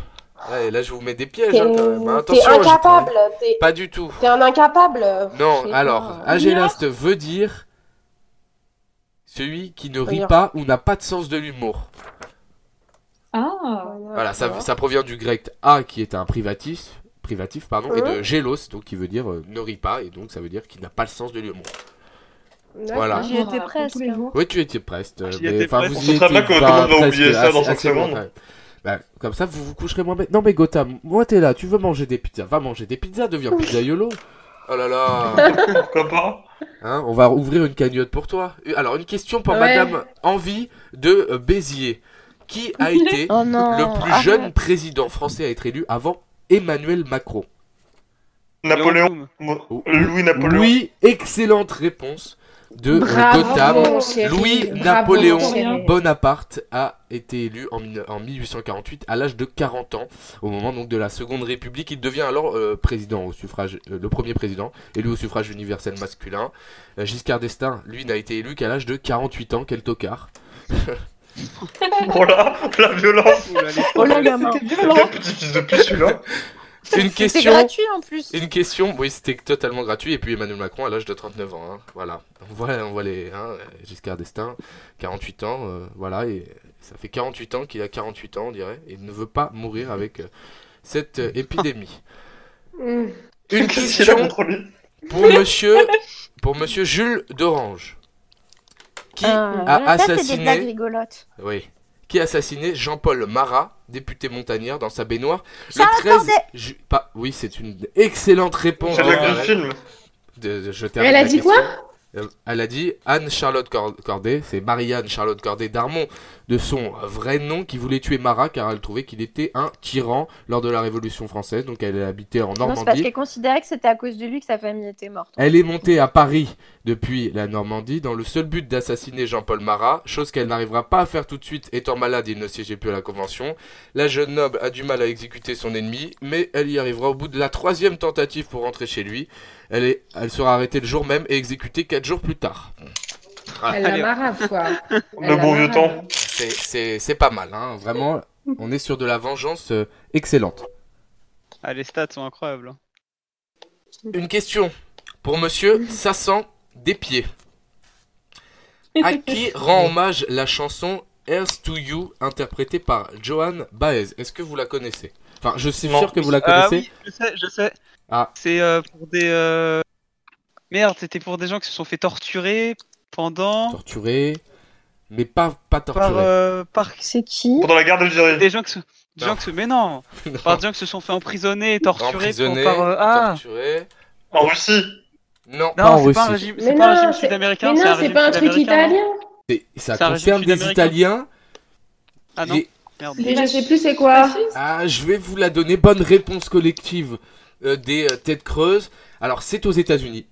[SPEAKER 1] Ouais, là, je vous mets des pièges
[SPEAKER 5] T'es
[SPEAKER 1] hein, quand même. hein.
[SPEAKER 5] t'es
[SPEAKER 1] Attention, j'ai
[SPEAKER 5] incapable, t'es
[SPEAKER 1] trouvé. Pas du tout.
[SPEAKER 5] t'es un incapable. Je
[SPEAKER 1] Non,
[SPEAKER 5] sais
[SPEAKER 1] alors,
[SPEAKER 5] pas.
[SPEAKER 1] agélaste veut dire celui qui ne rit
[SPEAKER 5] Regarde.
[SPEAKER 1] pas ou n'a pas de sens de l'humour.
[SPEAKER 6] Ah,
[SPEAKER 1] Voilà, ça, ça provient du grec a qui est un privatif, privatif pardon, et de gélos, donc qui veut dire euh, ne rit pas, et donc ça veut dire qu'il n'a pas le sens de l'humour. Voilà.
[SPEAKER 6] j'y
[SPEAKER 3] J'y étais
[SPEAKER 6] étais
[SPEAKER 3] presque.
[SPEAKER 6] presque.
[SPEAKER 1] Oui, tu étais presque. euh,
[SPEAKER 2] J'y
[SPEAKER 1] mais-
[SPEAKER 2] étais
[SPEAKER 1] enfin,
[SPEAKER 2] presque.
[SPEAKER 1] vous
[SPEAKER 4] Ce
[SPEAKER 1] y
[SPEAKER 4] serait
[SPEAKER 1] étiez
[SPEAKER 4] bien que tout le monde va
[SPEAKER 1] pas
[SPEAKER 4] oublier ça
[SPEAKER 1] presque,
[SPEAKER 4] dans
[SPEAKER 1] assez-
[SPEAKER 4] cinq
[SPEAKER 1] assez loin,
[SPEAKER 4] secondes.
[SPEAKER 1] quand même. Bah, comme ça, vous vous coucherez moins bête. Non, mais Gotham, moi t'es là, tu veux manger des pizzas, va manger des pizzas, deviens pizzaiolo. Oh là là
[SPEAKER 4] Pourquoi pas
[SPEAKER 1] Hein, On va ouvrir une cagnotte pour toi. Euh, Alors, une question pour
[SPEAKER 5] Ouais.
[SPEAKER 1] Madame Envie de euh, Béziers. Qui a été
[SPEAKER 3] Oh non
[SPEAKER 1] le plus jeune président français à être élu avant Emmanuel Macron
[SPEAKER 4] Napoléon.
[SPEAKER 2] Léon Blum.
[SPEAKER 1] Oh.
[SPEAKER 4] Louis Napoléon.
[SPEAKER 1] Oui, excellente réponse de euh, Gotham.
[SPEAKER 5] mon chéri,
[SPEAKER 1] Louis
[SPEAKER 5] bravo,
[SPEAKER 1] Napoléon
[SPEAKER 5] mon chéri.
[SPEAKER 1] Bonaparte a été élu en, mille- en 1848 à l'âge de 40 ans, au moment donc de la Seconde République. Il devient alors euh, président au suffrage, euh, le premier président, élu au suffrage universel masculin. Euh, Giscard d'Estaing, lui, n'a été élu qu'à l'âge de 48 ans. Quel tocard
[SPEAKER 4] Oh là, la violence.
[SPEAKER 2] Oh là, les-
[SPEAKER 3] Oh là, gamin
[SPEAKER 6] C'était
[SPEAKER 4] Quel
[SPEAKER 6] violent.
[SPEAKER 4] petit fils de pute celui-là.
[SPEAKER 1] Une
[SPEAKER 3] C'était
[SPEAKER 1] question.
[SPEAKER 3] gratuit en plus
[SPEAKER 1] Une question, oui, c'était totalement gratuit. Et puis Emmanuel Macron à l'âge de 39 ans. hein. Voilà. On voit, on voit les. hein, Giscard d'Estaing, 48 ans. euh, voilà. Et ça fait 48 ans qu'il a 48 ans, on dirait. Et il ne veut pas mourir avec euh, cette euh, épidémie.
[SPEAKER 5] Mmh.
[SPEAKER 1] Une
[SPEAKER 4] Qu'est-ce qu'il a
[SPEAKER 1] question
[SPEAKER 4] contre lui
[SPEAKER 1] pour monsieur, pour monsieur Jules d'Orange. Qui
[SPEAKER 3] Ah.
[SPEAKER 1] a
[SPEAKER 3] Ça, c'est des
[SPEAKER 1] assassiné.
[SPEAKER 3] blagues rigolotes.
[SPEAKER 1] Oui. Qui a assassiné Jean-Paul Marat, député montagnard, dans sa baignoire
[SPEAKER 3] Ça
[SPEAKER 1] le 13
[SPEAKER 3] attendait.
[SPEAKER 1] ju- pas- Oui, c'est une excellente réponse.
[SPEAKER 4] C'est
[SPEAKER 1] de
[SPEAKER 4] le
[SPEAKER 1] Karen.
[SPEAKER 4] film.
[SPEAKER 1] De- de- je termine
[SPEAKER 5] Elle a
[SPEAKER 1] la
[SPEAKER 5] dit
[SPEAKER 1] question.
[SPEAKER 5] quoi
[SPEAKER 1] Euh, Elle a dit Anne-Charlotte Cor- Corday, c'est Marianne Charlotte Corday d'Armont, de son vrai nom, qui voulait tuer Marat car elle trouvait qu'il était un tyran lors de la Révolution française. Donc elle habitait en
[SPEAKER 3] Non, c'est parce
[SPEAKER 1] Normandie.
[SPEAKER 3] qu'elle considérait que c'était à cause de lui que sa famille était morte.
[SPEAKER 1] Elle est montée à Paris depuis la Normandie dans le seul but d'assassiner Jean-Paul Marat, chose qu'elle n'arrivera pas à faire tout de suite étant malade et ne siégeait plus à la Convention. La jeune noble a du mal à exécuter son ennemi, mais elle y arrivera au bout de la troisième tentative pour rentrer chez lui. Elle, est, elle sera arrêtée le jour même et exécutée quatre jours plus tard. Ah,
[SPEAKER 5] Elle
[SPEAKER 2] Allez.
[SPEAKER 5] la marave quoi.
[SPEAKER 4] Le bon vieux temps.
[SPEAKER 1] C'est- C'est c'est pas mal, hein. vraiment. On est sur de la vengeance euh, excellente.
[SPEAKER 2] Ah, les stats sont incroyables. hein.
[SPEAKER 1] Une question pour monsieur Sassan Despieds. À qui rend hommage la chanson Earth to You interprétée par Johan Baez Est-ce que vous la connaissez Enfin, je suis
[SPEAKER 4] Non.
[SPEAKER 1] sûr que vous la
[SPEAKER 2] Ah
[SPEAKER 1] connaissez.
[SPEAKER 2] oui, je sais, je sais.
[SPEAKER 1] Ah.
[SPEAKER 2] C'est euh, pour des. euh, Merde, c'était pour des gens qui se sont fait torturer pendant.
[SPEAKER 1] Torturé, mais pas, pas
[SPEAKER 2] Par,
[SPEAKER 1] torturé.
[SPEAKER 2] euh, par.
[SPEAKER 3] C'est qui
[SPEAKER 4] Pendant la guerre d'Algérie.
[SPEAKER 2] Des gens qui se. Des
[SPEAKER 1] Non.
[SPEAKER 2] gens qui se... Mais non
[SPEAKER 1] Non.
[SPEAKER 2] Par des gens qui se sont fait emprisonner et torturer euh, pour-
[SPEAKER 1] Emprisonné,
[SPEAKER 2] par. euh, Ah
[SPEAKER 1] Torturé.
[SPEAKER 4] En Russie.
[SPEAKER 1] Non,
[SPEAKER 2] Non,
[SPEAKER 1] pas en
[SPEAKER 2] c'est pas un
[SPEAKER 1] Russie.
[SPEAKER 2] régime,
[SPEAKER 5] Mais
[SPEAKER 2] c'est pas un
[SPEAKER 5] non,
[SPEAKER 2] régime
[SPEAKER 5] c'est-
[SPEAKER 2] sud-américain.
[SPEAKER 5] Mais non, c'est
[SPEAKER 2] régime
[SPEAKER 5] pas un truc
[SPEAKER 2] sud-américain, non
[SPEAKER 5] italien.
[SPEAKER 1] C'est- Ça
[SPEAKER 2] C'est un régime
[SPEAKER 1] concerne des
[SPEAKER 2] sud-américain.
[SPEAKER 1] Italiens.
[SPEAKER 2] Ah non,
[SPEAKER 1] et-
[SPEAKER 2] merde.
[SPEAKER 5] Mais je sais plus c'est quoi.
[SPEAKER 1] Ah, je vais vous la donner. Bonne réponse collective euh, des euh, têtes creuses. Alors, c'est aux États-Unis.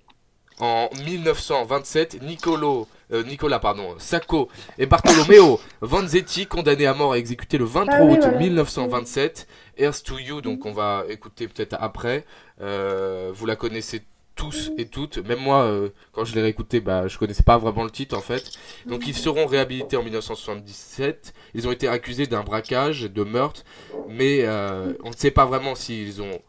[SPEAKER 1] En 1927, Nicolo, euh, Nicolas pardon, Sacco et Bartolomeo Vanzetti, condamnés à mort et exécutés le 23
[SPEAKER 5] Ah oui,
[SPEAKER 1] août
[SPEAKER 5] voilà.
[SPEAKER 1] 1927. Airs to You, donc on va écouter peut-être après. Euh, vous la connaissez tous et toutes. Même moi, euh, quand je l'ai réécouté, bah, je connaissais pas vraiment le titre en fait. Donc ils seront réhabilités en 1977. Ils ont été accusés d'un braquage, de meurtre, mais euh, on ne sait pas vraiment s'ils ont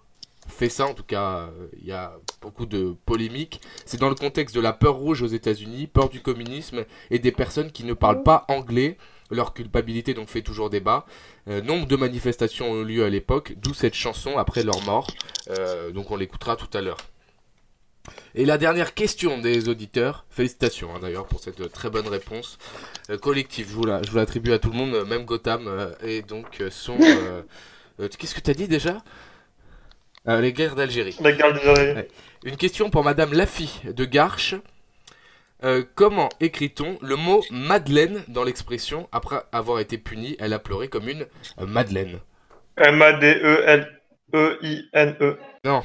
[SPEAKER 1] fait ça. En tout cas, euh, il y a beaucoup de polémiques. C'est dans le contexte de la peur rouge aux États-Unis, peur du communisme et des personnes qui ne parlent pas anglais. Leur culpabilité donc fait toujours débat. Euh, nombre de manifestations ont eu lieu à l'époque, d'où cette chanson après leur mort. Euh, donc on l'écoutera tout à l'heure. Et la dernière question des auditeurs, félicitations hein, d'ailleurs pour cette euh, très bonne réponse euh, collective, je vous la- je vous l'attribue à tout le monde, euh, même Gotham, euh, et donc euh, son... euh, euh, Qu'est-ce que t'as dit déjà Euh, Les guerres d'Algérie.
[SPEAKER 4] La guerre d'Algérie.
[SPEAKER 1] Une question pour Madame Lafie de Garches. Euh, comment écrit-on le mot Madeleine dans l'expression après avoir été punie, elle a pleuré comme une euh, Madeleine
[SPEAKER 4] E M-A-D-E-L-E-I-N-E.
[SPEAKER 1] Non.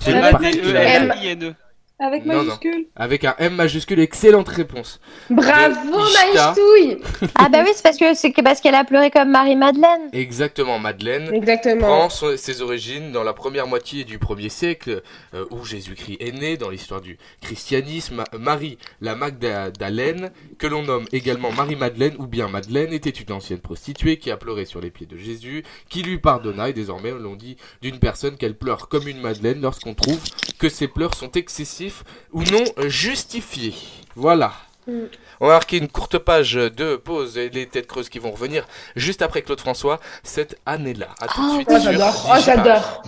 [SPEAKER 1] C'est
[SPEAKER 6] Elle
[SPEAKER 1] une
[SPEAKER 6] a
[SPEAKER 1] partie
[SPEAKER 6] pleuré,
[SPEAKER 1] de
[SPEAKER 2] E
[SPEAKER 5] euh,
[SPEAKER 1] la-
[SPEAKER 5] elle-
[SPEAKER 2] M-I-N-E.
[SPEAKER 6] Avec
[SPEAKER 1] Non, non.
[SPEAKER 6] majuscule.
[SPEAKER 1] Avec un M majuscule, excellente réponse.
[SPEAKER 5] Bravo,
[SPEAKER 1] Ishta.
[SPEAKER 5] Maïstouille
[SPEAKER 3] Ah bah oui, c'est parce que c'est que- parce qu'elle a pleuré comme Marie-Madeleine.
[SPEAKER 1] Exactement, Madeleine.
[SPEAKER 5] Exactement.
[SPEAKER 1] prend son- ses origines dans la première moitié du 1er siècle, euh, où Jésus-Christ est né dans l'histoire du christianisme. Ma- Marie, la Magdalène, que l'on nomme également Marie-Madeleine ou bien Madeleine, était une ancienne prostituée qui a pleuré sur les pieds de Jésus, qui lui pardonna, et désormais on l'on dit d'une personne qu'elle pleure comme une Madeleine lorsqu'on trouve que ses pleurs sont excessifs ou non justifiés. Voilà.
[SPEAKER 5] Mm.
[SPEAKER 1] On va marquer une courte page de pause et les têtes creuses qui vont revenir juste après Claude François cette année-là. À tout de
[SPEAKER 3] Oh,
[SPEAKER 1] suite
[SPEAKER 5] Oh,
[SPEAKER 1] sur
[SPEAKER 5] j'adore. Oh,
[SPEAKER 1] Digiparis.
[SPEAKER 5] j'adore.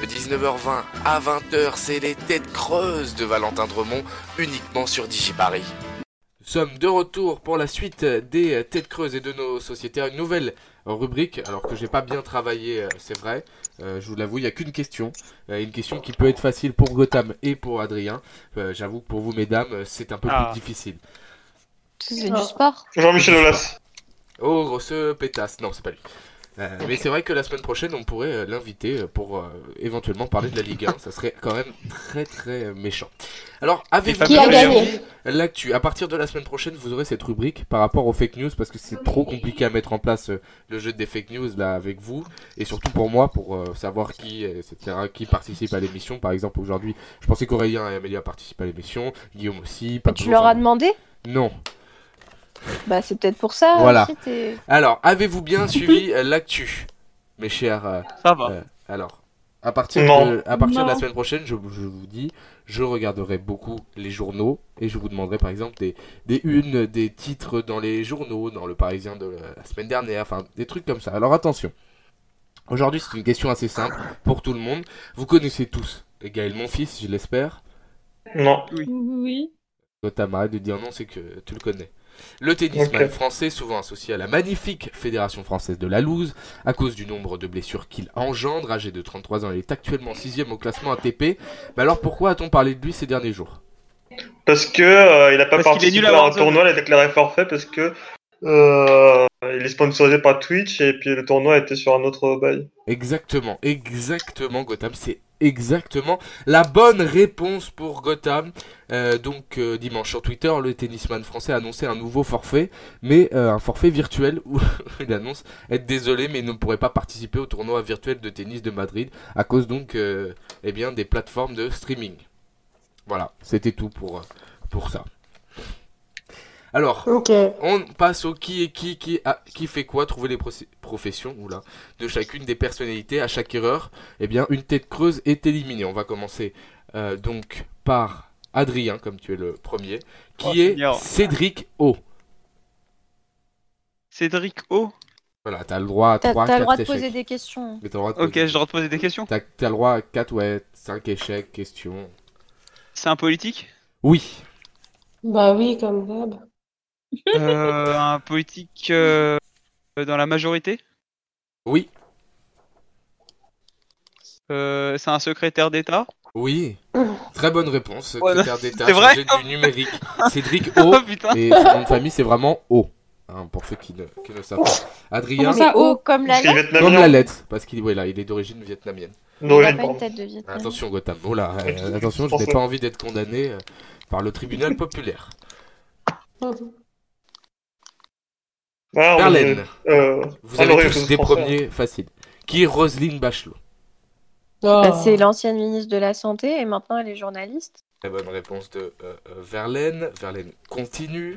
[SPEAKER 1] De 19h20 à 20h, c'est les têtes creuses de Valentin Dremont, uniquement sur Digiparis. Nous sommes de retour pour la suite des têtes creuses et de nos sociétaires. Une nouvelle rubrique, alors que j'ai pas bien travaillé, euh, c'est vrai. Euh, je vous l'avoue, il n'y a qu'une question. Euh, une question qui peut être facile pour Gotham et pour Adrien. Euh, J'avoue que pour vous, mesdames, euh, c'est un peu
[SPEAKER 2] Ah.
[SPEAKER 1] plus difficile.
[SPEAKER 3] C'est du sport.
[SPEAKER 4] Jean-Michel Aulas.
[SPEAKER 1] Oh, grosse pétasse. Non, c'est pas lui. Euh, mais c'est vrai que la semaine prochaine, on pourrait euh, l'inviter euh, pour euh, éventuellement parler de la Ligue 1. Ça serait quand même très très euh, méchant. Alors, avez-vous
[SPEAKER 2] Qui a
[SPEAKER 1] déjà
[SPEAKER 3] gagné
[SPEAKER 1] vu l'actu À partir de la semaine prochaine, vous aurez cette rubrique par rapport aux fake news parce que c'est trop compliqué à mettre en place euh, le jeu des fake news là avec vous et surtout pour moi pour euh, savoir qui euh, etc qui participe à l'émission. Par exemple, aujourd'hui, je pensais qu'Aurélien et Amélia participent à l'émission, Guillaume aussi.
[SPEAKER 3] Mais
[SPEAKER 1] Pablo,
[SPEAKER 3] tu leur as
[SPEAKER 1] enfin,
[SPEAKER 3] demandé
[SPEAKER 1] Non.
[SPEAKER 3] Bah c'est peut-être pour ça.
[SPEAKER 1] Voilà.
[SPEAKER 3] aussi, t'es-
[SPEAKER 1] Alors, avez-vous bien suivi euh, l'actu, mes chers euh,
[SPEAKER 2] Ça va.
[SPEAKER 1] Euh, alors, à partir,
[SPEAKER 4] Non.
[SPEAKER 1] de, à partir de la
[SPEAKER 6] Non.
[SPEAKER 1] semaine prochaine, je, je vous dis, je regarderai beaucoup les journaux et je vous demanderai par exemple des, des unes, des titres dans les journaux, dans le Parisien de la semaine dernière, enfin des trucs comme ça. Alors attention, aujourd'hui c'est une question assez simple pour tout le monde. Vous connaissez tous Gaël Monfils, je l'espère.
[SPEAKER 4] Non.
[SPEAKER 6] Oui.
[SPEAKER 1] Notamment, arrête de dire non, c'est que tu le connais. Le tennisman
[SPEAKER 4] Ok.
[SPEAKER 1] français, souvent associé à la magnifique Fédération française de la loose, à cause du nombre de blessures qu'il engendre, âgé de 33 ans, il est actuellement 6ème au classement ATP. Mais alors pourquoi a-t-on parlé de lui ces derniers jours
[SPEAKER 4] Parce que euh, il a pas
[SPEAKER 2] Parce qu'il est
[SPEAKER 4] participé
[SPEAKER 2] nul à
[SPEAKER 4] à un
[SPEAKER 2] Warzone.
[SPEAKER 4] tournoi, il a déclaré forfait parce que euh, il est sponsorisé par Twitch et puis le tournoi était sur un autre bail.
[SPEAKER 1] Exactement, exactement Gotham, c'est exactement la bonne réponse pour Gotham. Euh, donc euh, dimanche sur Twitter, le tennisman français a annoncé un nouveau forfait, mais euh, un forfait virtuel où il annonce être désolé mais il ne pourrait pas participer au tournoi virtuel de tennis de Madrid à cause donc euh, eh bien des plateformes de streaming. Voilà, c'était tout pour, pour ça. euh, Alors,
[SPEAKER 5] Ok.
[SPEAKER 1] on passe au qui est qui, qui, a- qui fait quoi, trouver les procé- professions oula, de chacune des personnalités. À chaque erreur, eh bien, une tête creuse est éliminée. On va commencer euh, donc par Adrien, comme tu es le premier, qui
[SPEAKER 2] Oh,
[SPEAKER 1] est
[SPEAKER 2] Seigneur.
[SPEAKER 1] Cédric O.
[SPEAKER 2] Cédric O.
[SPEAKER 1] Voilà, t'as le droit à
[SPEAKER 3] T'as
[SPEAKER 1] 3,
[SPEAKER 3] t'as le droit de
[SPEAKER 1] échecs.
[SPEAKER 3] poser des questions.
[SPEAKER 1] Mais t'as le droit de
[SPEAKER 2] Ok,
[SPEAKER 1] poser-
[SPEAKER 2] j'ai le droit de poser des questions.
[SPEAKER 1] T'as t'as le droit à 4, ouais, 5 échecs, questions.
[SPEAKER 2] C'est un politique
[SPEAKER 1] Oui,
[SPEAKER 5] Bah oui, comme d'hab.
[SPEAKER 2] Euh, Un politique euh, dans la majorité
[SPEAKER 1] oui,
[SPEAKER 2] Euh, C'est un secrétaire d'État
[SPEAKER 1] oui. Très bonne réponse,
[SPEAKER 2] Ouais, non,
[SPEAKER 1] secrétaire d'État
[SPEAKER 2] c'est vrai
[SPEAKER 1] chargé du numérique. Cédric O.
[SPEAKER 2] Oh putain
[SPEAKER 1] Et son nom de famille, c'est vraiment O. hein, pour ceux qui ne, qui ne savent pas. Adrien,
[SPEAKER 6] Comment
[SPEAKER 3] C'est
[SPEAKER 6] ça, oh,
[SPEAKER 3] haut
[SPEAKER 6] haut
[SPEAKER 3] comme la
[SPEAKER 4] Parce qu'il est
[SPEAKER 3] lettre.
[SPEAKER 1] comme la
[SPEAKER 4] vietnamien.
[SPEAKER 1] lettre, parce qu'il ouais, là, il est d'origine vietnamienne.
[SPEAKER 3] On a
[SPEAKER 4] D'origine,
[SPEAKER 3] pas une
[SPEAKER 4] pardon.
[SPEAKER 3] tête de Vietnam.
[SPEAKER 1] Attention, Gotham. Oh là, euh, attention, je n'ai pas envie d'être condamné euh, par le tribunal populaire.
[SPEAKER 3] Bah,
[SPEAKER 4] Ah, on
[SPEAKER 1] Marlène,
[SPEAKER 4] est- euh,
[SPEAKER 1] vous
[SPEAKER 4] Ah,
[SPEAKER 1] avez
[SPEAKER 4] Laurie,
[SPEAKER 1] tous
[SPEAKER 4] je
[SPEAKER 1] des
[SPEAKER 4] pense, ouais.
[SPEAKER 1] premiers faciles. Qui est Roselyne Bachelot
[SPEAKER 5] Oh.
[SPEAKER 3] Bah, c'est l'ancienne ministre de la Santé et maintenant elle est journaliste.
[SPEAKER 1] Très bonne réponse de euh, euh, Verlaine. Verlaine continue.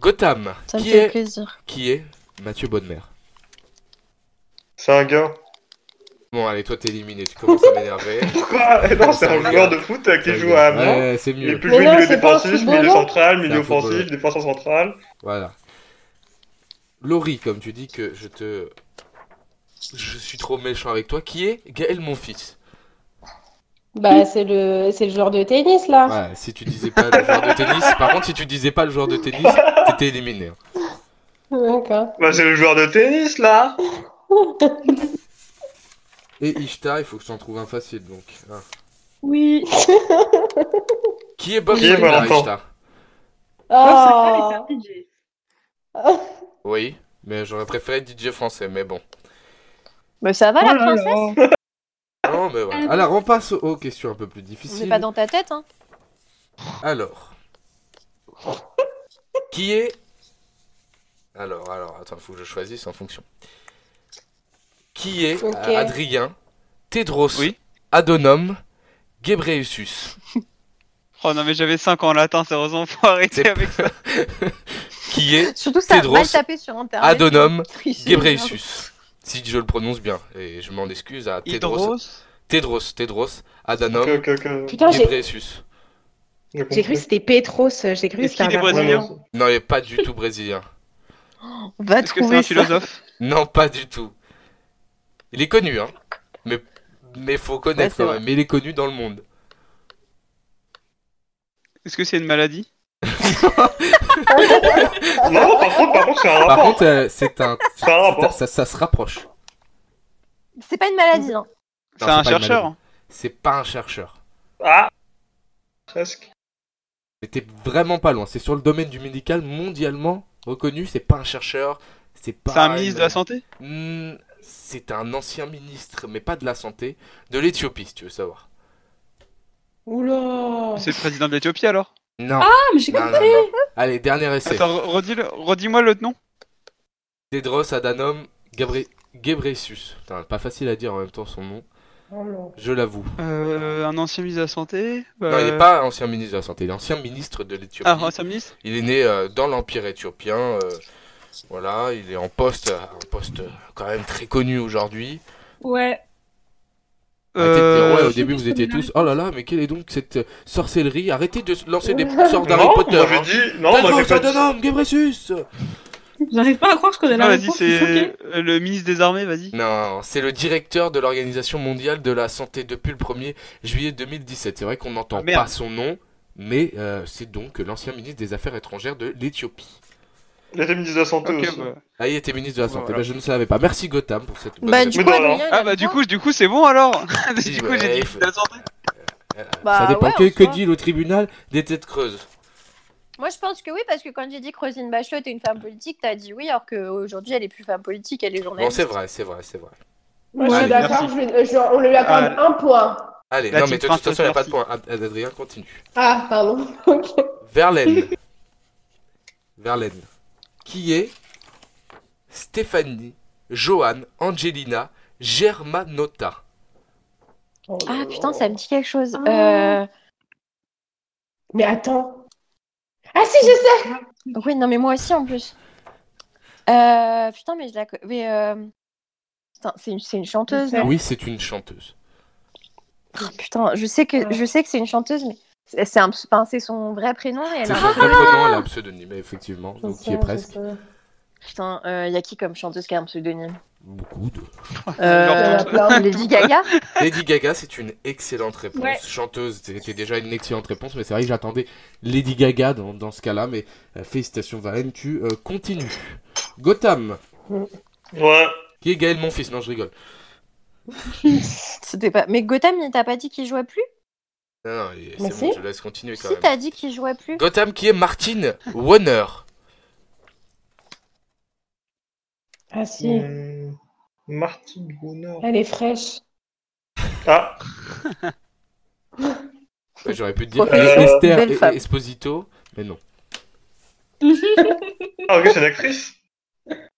[SPEAKER 1] Gotham,
[SPEAKER 3] Ça me
[SPEAKER 1] qui
[SPEAKER 3] fait
[SPEAKER 1] est,
[SPEAKER 3] plaisir.
[SPEAKER 1] qui est Mathieu Bonnemer
[SPEAKER 4] c'est un gars.
[SPEAKER 1] Bon, allez, toi, t'es éliminé, tu commences à m'énerver.
[SPEAKER 4] Pourquoi Non, c'est un joueur de foot euh, qui joue à Amiens.
[SPEAKER 1] Ouais, c'est
[SPEAKER 4] Il est
[SPEAKER 1] mieux.
[SPEAKER 4] plus
[SPEAKER 5] Mais
[SPEAKER 4] joué
[SPEAKER 5] non,
[SPEAKER 4] milieu
[SPEAKER 5] c'est pas un
[SPEAKER 4] défensif, milieu
[SPEAKER 5] footballeur.
[SPEAKER 4] central,
[SPEAKER 1] C'est
[SPEAKER 4] milieu
[SPEAKER 1] un footballeur.
[SPEAKER 4] offensif, défenseur central.
[SPEAKER 1] Voilà. Laurie, comme tu dis que je te. Je suis trop méchant avec toi, qui est Gaël Monfils
[SPEAKER 5] Bah c'est le c'est le joueur de tennis là.
[SPEAKER 1] Ouais, si tu disais pas le joueur de tennis, par contre, si tu disais pas le joueur de tennis, t'étais éliminé.
[SPEAKER 5] D'accord.
[SPEAKER 4] Bah, c'est le joueur de tennis là.
[SPEAKER 1] Et Ishtar, il faut que je t'en trouve un facile donc. hein.
[SPEAKER 6] Oui.
[SPEAKER 1] Qui est Bob
[SPEAKER 4] Qui est
[SPEAKER 1] Sinclair,
[SPEAKER 4] Valentin
[SPEAKER 1] Ishtar
[SPEAKER 5] Oh.
[SPEAKER 1] Oui, mais j'aurais préféré DJ français, mais bon.
[SPEAKER 3] Mais ça
[SPEAKER 1] Oh
[SPEAKER 3] va la princesse
[SPEAKER 1] Non, mais voilà. Alors, on passe aux questions un peu plus
[SPEAKER 3] On n'est
[SPEAKER 1] difficiles.
[SPEAKER 3] pas dans ta tête, hein
[SPEAKER 1] Alors. Qui est. Alors, alors, attends, faut que je choisisse en fonction. Qui est
[SPEAKER 5] Ok.
[SPEAKER 1] euh, Adrien, Tedros,
[SPEAKER 2] Oui.
[SPEAKER 1] Adonum, Gebreus
[SPEAKER 2] Oh non, mais j'avais 5 en latin, sérieusement, faut arrêter
[SPEAKER 1] C'est-
[SPEAKER 2] avec ça.
[SPEAKER 1] Qui est
[SPEAKER 3] Surtout que ça a
[SPEAKER 1] Tedros,
[SPEAKER 3] mal tapé sur internet.
[SPEAKER 1] Adonum,
[SPEAKER 3] Tricheuse, merde.
[SPEAKER 1] Gebreus Si je le prononce bien, et je m'en excuse à Tedros.
[SPEAKER 2] Hydros
[SPEAKER 1] Tedros, Tedros, Adonum,
[SPEAKER 4] Ok, ok, ok.
[SPEAKER 5] Putain j'ai
[SPEAKER 1] Gebreus
[SPEAKER 4] J'ai compris.
[SPEAKER 5] j'ai cru que c'était Petros. J'ai cru que
[SPEAKER 2] Est-ce
[SPEAKER 5] c'était
[SPEAKER 2] qu'il est
[SPEAKER 5] un
[SPEAKER 4] Ouais,
[SPEAKER 2] brésilien
[SPEAKER 5] Argentin.
[SPEAKER 4] non,
[SPEAKER 1] Non, il est pas du tout brésilien.
[SPEAKER 3] Va
[SPEAKER 2] Est-ce que c'est un
[SPEAKER 3] trouver ça.
[SPEAKER 2] philosophe
[SPEAKER 1] Non, pas du tout. Il est connu, hein. Mais, mais faut
[SPEAKER 3] Ouais,
[SPEAKER 1] connaître
[SPEAKER 3] c'est
[SPEAKER 1] quand même. Mais il est connu dans le monde.
[SPEAKER 2] Est-ce que c'est une maladie
[SPEAKER 4] c'est- Non, par contre, par contre, c'est un
[SPEAKER 1] Par
[SPEAKER 4] rapport.
[SPEAKER 1] contre, euh, c'est un.
[SPEAKER 4] C'est un rapport.
[SPEAKER 1] Ça, ça se rapproche. Non,
[SPEAKER 3] C'est pas une maladie, hein.
[SPEAKER 2] C'est un
[SPEAKER 1] pas une
[SPEAKER 2] chercheur
[SPEAKER 1] maladie. C'est pas un chercheur.
[SPEAKER 4] Ah, presque.
[SPEAKER 1] C'était vraiment pas loin. C'est sur le domaine du médical mondialement reconnu. C'est pas un chercheur. C'est pas.
[SPEAKER 2] C'est un
[SPEAKER 1] une-
[SPEAKER 2] ministre de la Santé
[SPEAKER 1] Hmm, C'est un ancien ministre, mais pas de la santé, de l'Éthiopie, si tu veux savoir.
[SPEAKER 5] Oula.
[SPEAKER 2] C'est le président de l'Éthiopie alors
[SPEAKER 1] Non.
[SPEAKER 6] Ah, mais j'ai
[SPEAKER 1] non, non,
[SPEAKER 6] compris.
[SPEAKER 1] non. Allez, dernier essai.
[SPEAKER 2] Attends, redis-le- redis-moi le nom.
[SPEAKER 1] Tedros Adhanom Gabre... Ghebreyesus. Putain, pas facile à dire en même temps son nom.
[SPEAKER 5] Oh non.
[SPEAKER 1] Je l'avoue.
[SPEAKER 2] Euh, un ancien ministre de la Santé
[SPEAKER 1] Non, il
[SPEAKER 2] euh,
[SPEAKER 1] n'est pas ancien ministre de la Santé, il est ancien ministre de l'Éthiopie.
[SPEAKER 2] Ah, ancien ministre
[SPEAKER 1] Il est né euh, dans l'Empire éthiopien. euh, voilà, il est en poste, euh, un poste euh, quand même très connu aujourd'hui.
[SPEAKER 6] Ouais.
[SPEAKER 1] Arrêtez de dire, ouais, au
[SPEAKER 2] Euh,
[SPEAKER 6] je sais
[SPEAKER 1] début
[SPEAKER 6] pas
[SPEAKER 1] vous étiez
[SPEAKER 6] combien.
[SPEAKER 1] tous. Oh là là, mais quelle est donc cette euh, sorcellerie Arrêtez de lancer des
[SPEAKER 5] Ouais.
[SPEAKER 1] sorts d'Harry
[SPEAKER 4] Non,
[SPEAKER 1] Potter.
[SPEAKER 4] moi j'ai
[SPEAKER 1] hein.
[SPEAKER 4] dit. Non, moi j'ai
[SPEAKER 1] Tedros
[SPEAKER 4] pas dit.
[SPEAKER 1] Adhanom Ghebreyesus
[SPEAKER 6] J'arrive pas à croire que je connais
[SPEAKER 2] Non,
[SPEAKER 6] la
[SPEAKER 2] ah, vas-y,
[SPEAKER 6] réponse. je
[SPEAKER 2] c'est
[SPEAKER 6] suis choquée.
[SPEAKER 2] euh, le ministre des Armées, vas-y.
[SPEAKER 1] Non, c'est le directeur de l'Organisation mondiale de la santé depuis le 1er juillet 2017. C'est vrai qu'on n'entend
[SPEAKER 2] Ah, merde.
[SPEAKER 1] pas son nom, mais euh, c'est donc l'ancien ministre des Affaires étrangères de l'Éthiopie.
[SPEAKER 4] Il était ministre de la Santé
[SPEAKER 2] Ok,
[SPEAKER 4] aussi.
[SPEAKER 2] bah.
[SPEAKER 1] Ah, il était ministre de la Santé.
[SPEAKER 2] Voilà.
[SPEAKER 1] Bah, je ne savais pas. Merci Gotham pour cette bonne
[SPEAKER 3] Bah,
[SPEAKER 1] réponse.
[SPEAKER 3] du
[SPEAKER 4] Mais
[SPEAKER 3] coup,
[SPEAKER 4] non, alors.
[SPEAKER 3] Adrien, il a
[SPEAKER 2] Ah
[SPEAKER 3] le
[SPEAKER 2] bah du
[SPEAKER 3] point.
[SPEAKER 2] coup, du coup c'est bon alors Du coup
[SPEAKER 1] Ouais,
[SPEAKER 2] j'ai
[SPEAKER 1] il
[SPEAKER 2] dit
[SPEAKER 1] faut-
[SPEAKER 2] de la santé
[SPEAKER 3] Bah,
[SPEAKER 1] Euh, Ça dépend
[SPEAKER 3] ouais,
[SPEAKER 1] que,
[SPEAKER 3] en
[SPEAKER 1] que
[SPEAKER 3] soi.
[SPEAKER 1] dit le tribunal des têtes creuses.
[SPEAKER 3] Moi, je pense que oui, parce que quand j'ai dit que Rosine Bachelot était une femme politique, t'as dit oui, alors qu'aujourd'hui, elle est plus femme politique, elle est
[SPEAKER 1] Bon,
[SPEAKER 3] journaliste.
[SPEAKER 1] c'est vrai, c'est vrai, c'est vrai.
[SPEAKER 5] Moi
[SPEAKER 2] Ouais,
[SPEAKER 5] je suis
[SPEAKER 2] allez,
[SPEAKER 5] d'accord.
[SPEAKER 2] merci. Ah.
[SPEAKER 5] je vais- je- On lui accorde un point.
[SPEAKER 1] Allez,
[SPEAKER 2] La
[SPEAKER 1] non, mais
[SPEAKER 2] petite
[SPEAKER 1] de toute
[SPEAKER 2] princesse,
[SPEAKER 1] façon, il n'y a pas de
[SPEAKER 2] merci.
[SPEAKER 1] point. Ad- Adrien, continue.
[SPEAKER 5] Ah pardon. Ok.
[SPEAKER 1] Verlaine. Verlaine. Qui est Stéphanie, Joanne, Angelina, Germanotta
[SPEAKER 3] Ah
[SPEAKER 1] Ah.
[SPEAKER 3] Euh, putain, ça me dit quelque chose.
[SPEAKER 5] Ah.
[SPEAKER 3] Euh,
[SPEAKER 5] Mais attends. Ah si, je sais
[SPEAKER 3] Oui, non, mais moi aussi en plus. Euh, putain, mais je la. co- Mais, euh, Putain, c'est une, c'est une chanteuse. non
[SPEAKER 1] Oui, c'est une chanteuse.
[SPEAKER 3] Ah, Putain, je sais que je sais que c'est une chanteuse, mais c'est- c'est un, enfin, c'est son vrai prénom. Et elle
[SPEAKER 1] C'est
[SPEAKER 3] a...
[SPEAKER 1] son vrai prénom, elle a un pseudonyme, effectivement.
[SPEAKER 5] Je
[SPEAKER 1] Donc,
[SPEAKER 5] sais,
[SPEAKER 1] qui est
[SPEAKER 5] je
[SPEAKER 1] presque.
[SPEAKER 5] sais.
[SPEAKER 3] Putain, il y a qui comme chanteuse qui a un pseudonyme
[SPEAKER 1] Beaucoup de.
[SPEAKER 3] euh, Lady Gaga.
[SPEAKER 1] Lady Gaga, c'est une excellente réponse.
[SPEAKER 6] Ouais.
[SPEAKER 1] Chanteuse, c'était déjà une excellente réponse, mais c'est vrai que j'attendais Lady Gaga dans, dans ce cas-là. Mais euh, félicitations, Varenne, tu euh, continues. Gotham, bah.
[SPEAKER 4] Ouais.
[SPEAKER 1] qui est Gaël, mon fils. Non, je rigole.
[SPEAKER 3] C'était pas. Mais Gotham, il t'a pas dit qu'il jouait plus
[SPEAKER 1] Non, non, et c'est
[SPEAKER 5] Mais
[SPEAKER 1] bon,
[SPEAKER 5] si.
[SPEAKER 1] je te laisse continuer quand
[SPEAKER 3] Si
[SPEAKER 1] même.
[SPEAKER 3] t'as dit qu'il jouait plus.
[SPEAKER 1] Gotham, qui est Martine Warner.
[SPEAKER 5] Ah si,
[SPEAKER 4] Hmm, Martin Gunner.
[SPEAKER 5] elle est fraîche.
[SPEAKER 4] Ah,
[SPEAKER 1] Ouais, J'aurais pu te dire
[SPEAKER 4] Profil.
[SPEAKER 1] euh, Esther
[SPEAKER 3] Oh, Belle
[SPEAKER 1] et-
[SPEAKER 3] femme.
[SPEAKER 1] et Esposito, mais non.
[SPEAKER 4] ah, ok, c'est une actrice.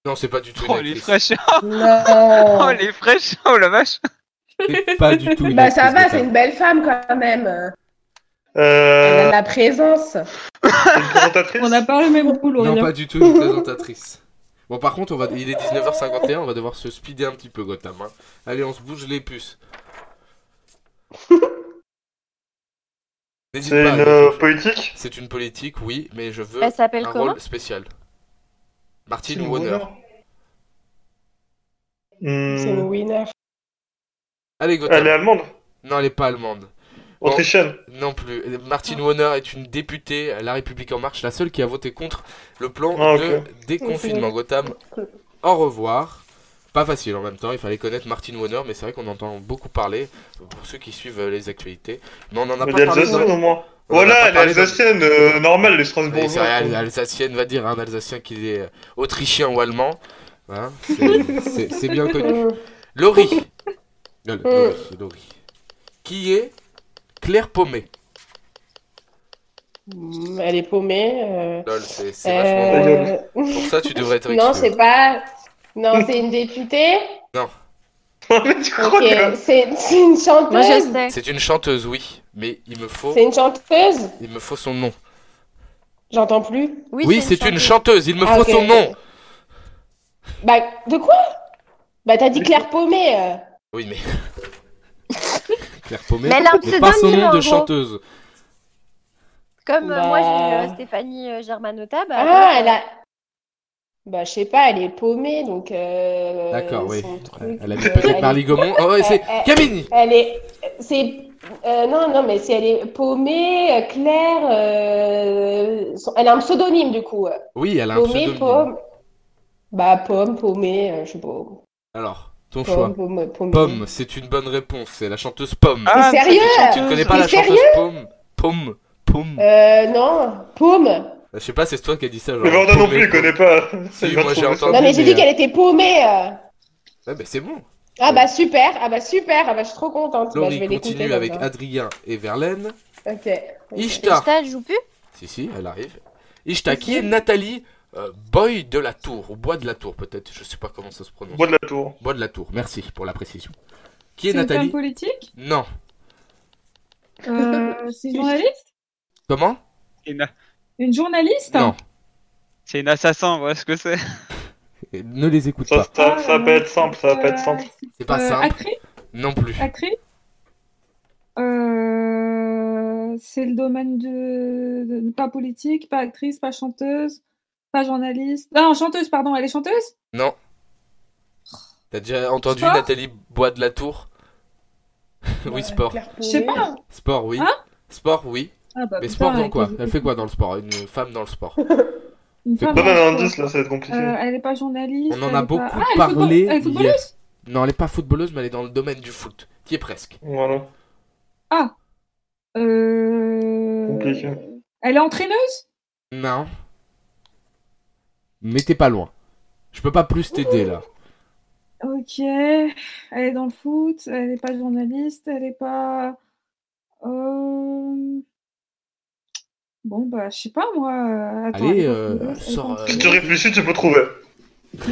[SPEAKER 1] Non, c'est pas du tout une
[SPEAKER 2] Oh, les
[SPEAKER 1] actrice.
[SPEAKER 2] fraîches Oh,
[SPEAKER 5] Non
[SPEAKER 2] les fraîches Oh la vache
[SPEAKER 1] C'est pas du tout une
[SPEAKER 5] Bah ça
[SPEAKER 1] actrice,
[SPEAKER 5] va,
[SPEAKER 1] Gotham.
[SPEAKER 5] c'est une belle femme quand même. Elle a
[SPEAKER 4] Euh,
[SPEAKER 5] de la présence.
[SPEAKER 4] une présentatrice.
[SPEAKER 6] On n'a pas le même boulot.
[SPEAKER 1] Non,
[SPEAKER 6] rien.
[SPEAKER 1] pas du tout une présentatrice. Bon, par contre, on va... il est 19h51, on va devoir se speeder un petit peu, Gotham. hein. Allez, on se bouge les puces. N'hésite
[SPEAKER 4] C'est
[SPEAKER 1] pas.
[SPEAKER 4] une
[SPEAKER 1] Gotham.
[SPEAKER 4] euh, politique.
[SPEAKER 1] C'est une politique, oui, mais je veux
[SPEAKER 3] Elle s'appelle
[SPEAKER 1] un
[SPEAKER 3] comment
[SPEAKER 1] rôle spécial. Martine Warner.
[SPEAKER 4] Hmm,
[SPEAKER 5] C'est une winner.
[SPEAKER 1] Allez, Gotham.
[SPEAKER 4] Elle est allemande,
[SPEAKER 1] Non, elle est pas allemande. Bon.
[SPEAKER 4] autrichienne.
[SPEAKER 1] Non plus. Euh, Martine Warner est une députée à La République En Marche, la seule qui a voté contre le plan
[SPEAKER 4] Ah, ok.
[SPEAKER 1] de déconfinement. Gotham, au revoir. Pas facile en même temps, il fallait connaître Martine Warner, mais c'est vrai qu'on entend beaucoup parler, pour ceux qui suivent euh, les actualités. Mais on en a
[SPEAKER 4] Mais
[SPEAKER 1] pas
[SPEAKER 4] elle est
[SPEAKER 1] parlé dans-
[SPEAKER 4] alsacienne au moins.
[SPEAKER 1] on en a pas
[SPEAKER 4] Voilà, elle est
[SPEAKER 1] parlé dans-
[SPEAKER 4] alsacienne, euh, normale, les
[SPEAKER 1] Oui, c'est
[SPEAKER 4] Strasbourgeois.
[SPEAKER 1] vrai, al- alsacienne, va dire, un alsacien qui est euh, autrichien ou allemand. Hein, c'est- c'est c'est bien connu.
[SPEAKER 5] Mmh.
[SPEAKER 1] Laurie. Non, le- Laurie, Laurie. Qui est Claire Paumé
[SPEAKER 5] Mmh, Elle est paumée. euh,
[SPEAKER 1] Lol, c'est c'est vachement
[SPEAKER 5] euh,
[SPEAKER 1] drôle.
[SPEAKER 4] drôle.
[SPEAKER 1] Pour ça, tu Hmm. devrais être
[SPEAKER 5] Non,
[SPEAKER 1] exclu.
[SPEAKER 5] c'est pas. Non, c'est une députée.
[SPEAKER 4] Mais
[SPEAKER 1] Oh,
[SPEAKER 4] tu crois
[SPEAKER 5] Ok,
[SPEAKER 4] que-
[SPEAKER 5] c'est c'est une
[SPEAKER 3] Moi, je
[SPEAKER 5] chanteuse.
[SPEAKER 3] sais.
[SPEAKER 1] C'est une chanteuse, oui, mais il me faut,
[SPEAKER 5] C'est une chanteuse.
[SPEAKER 1] il me faut son nom.
[SPEAKER 5] J'entends plus.
[SPEAKER 1] Oui,
[SPEAKER 3] c'est
[SPEAKER 1] c'est une chanteuse. Il me
[SPEAKER 5] Ah,
[SPEAKER 1] faut
[SPEAKER 5] ok,
[SPEAKER 1] son
[SPEAKER 5] ok.
[SPEAKER 1] nom.
[SPEAKER 5] Bah, de quoi Bah, t'as dit Claire Paumé. euh.
[SPEAKER 1] Oui, mais Claire Paumé,
[SPEAKER 3] Mais elle a un
[SPEAKER 1] mais pas son
[SPEAKER 3] pseudonyme,
[SPEAKER 1] nom
[SPEAKER 3] en
[SPEAKER 1] de
[SPEAKER 3] gros.
[SPEAKER 1] chanteuse.
[SPEAKER 3] Comme euh,
[SPEAKER 5] Bah.
[SPEAKER 3] moi, j'ai euh, Stéphanie euh, Germanota. Bah,
[SPEAKER 5] Ah, elle a. Bah, je sais pas, elle est paumée, donc. euh,
[SPEAKER 1] D'accord, oui.
[SPEAKER 5] son truc,
[SPEAKER 1] Elle a
[SPEAKER 5] euh,
[SPEAKER 1] dit peut-être
[SPEAKER 5] elle-
[SPEAKER 1] Marly Gaumont. Oh, ouais, c'est
[SPEAKER 5] Euh, euh,
[SPEAKER 1] Camille.
[SPEAKER 5] Elle est. C'est. euh, non, non, mais si elle est paumée, euh, Claire. euh, son- Elle a un pseudonyme, du coup. euh.
[SPEAKER 1] Oui, elle a un
[SPEAKER 5] Paumée,
[SPEAKER 1] pseudonyme.
[SPEAKER 5] pomme. Bah, pomme, paumée, euh, je sais pas.
[SPEAKER 1] Alors, ton choix.
[SPEAKER 5] Pomme, pomme, pomme.
[SPEAKER 1] Pomme, c'est une bonne réponse. C'est la chanteuse Pomme.
[SPEAKER 2] Ah, mais c'est
[SPEAKER 5] sérieux
[SPEAKER 2] une
[SPEAKER 1] Tu ne
[SPEAKER 2] chanteuse.
[SPEAKER 1] connais pas
[SPEAKER 5] euh, mais
[SPEAKER 1] la chanteuse Pomme Pomme, Pomme.
[SPEAKER 5] Euh, non, paume.
[SPEAKER 1] Je sais pas, c'est toi qui as dit ça. Genre,
[SPEAKER 4] Mais Varda non
[SPEAKER 1] Paumé,
[SPEAKER 4] plus, il
[SPEAKER 1] Paumé.
[SPEAKER 4] connaît pas.
[SPEAKER 1] Si,
[SPEAKER 4] Il va
[SPEAKER 1] moi, j'ai
[SPEAKER 4] trouver
[SPEAKER 1] entendu.
[SPEAKER 5] Non, mais
[SPEAKER 1] mais,
[SPEAKER 5] j'ai dit qu'elle était paumée. euh.
[SPEAKER 1] Ouais, bah, c'est bon.
[SPEAKER 5] Ah, bah, super. Ah, bah, super. Ah, bah, je suis trop contente. Bah, je
[SPEAKER 1] Laurie
[SPEAKER 5] vais l'écouter. Euh,
[SPEAKER 1] continue
[SPEAKER 5] comme
[SPEAKER 1] avec
[SPEAKER 5] ça.
[SPEAKER 1] Adrien et Verlaine.
[SPEAKER 5] Ok. ok.
[SPEAKER 1] Ishtar.
[SPEAKER 3] Ishta, elle joue plus
[SPEAKER 1] Si, si, elle arrive. Ishta, qui est Nathalie euh, Boy de la Tour, ou Bois de la Tour peut-être, je sais pas comment ça se
[SPEAKER 4] ça.
[SPEAKER 1] prononce.
[SPEAKER 4] Bois de la tour.
[SPEAKER 1] Bois de la Tour, merci pour la précision. Qui est
[SPEAKER 6] C'est une femme
[SPEAKER 1] Nathalie
[SPEAKER 6] politique
[SPEAKER 1] Non.
[SPEAKER 6] Euh, C'est une journaliste
[SPEAKER 1] Comment
[SPEAKER 2] C'est une-
[SPEAKER 6] Une journaliste
[SPEAKER 1] Non.
[SPEAKER 2] C'est une assassin, voilà ce que c'est.
[SPEAKER 1] Et Ne les écoute
[SPEAKER 4] Ça,
[SPEAKER 6] Ah,
[SPEAKER 1] pas.
[SPEAKER 4] ça, ça va pas être simple, ça va pas être simple.
[SPEAKER 1] C'est pas simple
[SPEAKER 6] Euh, Actrice,
[SPEAKER 1] non plus.
[SPEAKER 6] actrice. Euh, c'est le domaine de... de- pas politique, pas actrice, pas chanteuse, pas journaliste. Non, chanteuse, pardon, elle est chanteuse
[SPEAKER 1] Non. T'as déjà entendu
[SPEAKER 6] Sport
[SPEAKER 1] Nathalie Bois de la Tour Oui, sport.
[SPEAKER 5] Claire
[SPEAKER 6] Je sais
[SPEAKER 5] Paumé.
[SPEAKER 6] pas.
[SPEAKER 1] Sport, oui.
[SPEAKER 6] Hein
[SPEAKER 1] Sport, oui.
[SPEAKER 6] Ah bah,
[SPEAKER 1] Mais
[SPEAKER 6] putain,
[SPEAKER 1] sport dans
[SPEAKER 6] avec
[SPEAKER 1] quoi
[SPEAKER 6] les-
[SPEAKER 1] Elle fait quoi dans le sport Une femme dans le sport.
[SPEAKER 6] Une
[SPEAKER 1] fait
[SPEAKER 6] femme
[SPEAKER 4] Donne
[SPEAKER 6] dans
[SPEAKER 4] un
[SPEAKER 6] le
[SPEAKER 4] indice,
[SPEAKER 6] sport.
[SPEAKER 4] là, ça va être compliqué.
[SPEAKER 6] ah, bah, Euh, elle n'est pas journaliste.
[SPEAKER 1] On en
[SPEAKER 6] elle
[SPEAKER 1] a
[SPEAKER 6] est
[SPEAKER 1] beaucoup
[SPEAKER 6] pas- Ah, elle est football-
[SPEAKER 1] parlé
[SPEAKER 6] Elle est
[SPEAKER 1] hier.
[SPEAKER 6] footballeuse
[SPEAKER 1] Non, elle est pas footballeuse, mais elle est dans le domaine du foot. Qui est presque.
[SPEAKER 4] Voilà.
[SPEAKER 6] Ah Euh,
[SPEAKER 4] Compliqué.
[SPEAKER 6] Elle est entraîneuse
[SPEAKER 1] Non. Mais t'es pas loin. Je peux pas plus t'aider là.
[SPEAKER 6] Ok. Elle est dans le foot, elle n'est pas journaliste, elle n'est pas. Euh, Bon, bah, je sais pas moi. euh, attends,
[SPEAKER 1] Allez,
[SPEAKER 6] elle est pas
[SPEAKER 1] euh,
[SPEAKER 6] footballeuse, elle est pas
[SPEAKER 1] sors, euh,
[SPEAKER 4] Si
[SPEAKER 6] entraîneuse,
[SPEAKER 4] tu réfléchis, tu peux trouver.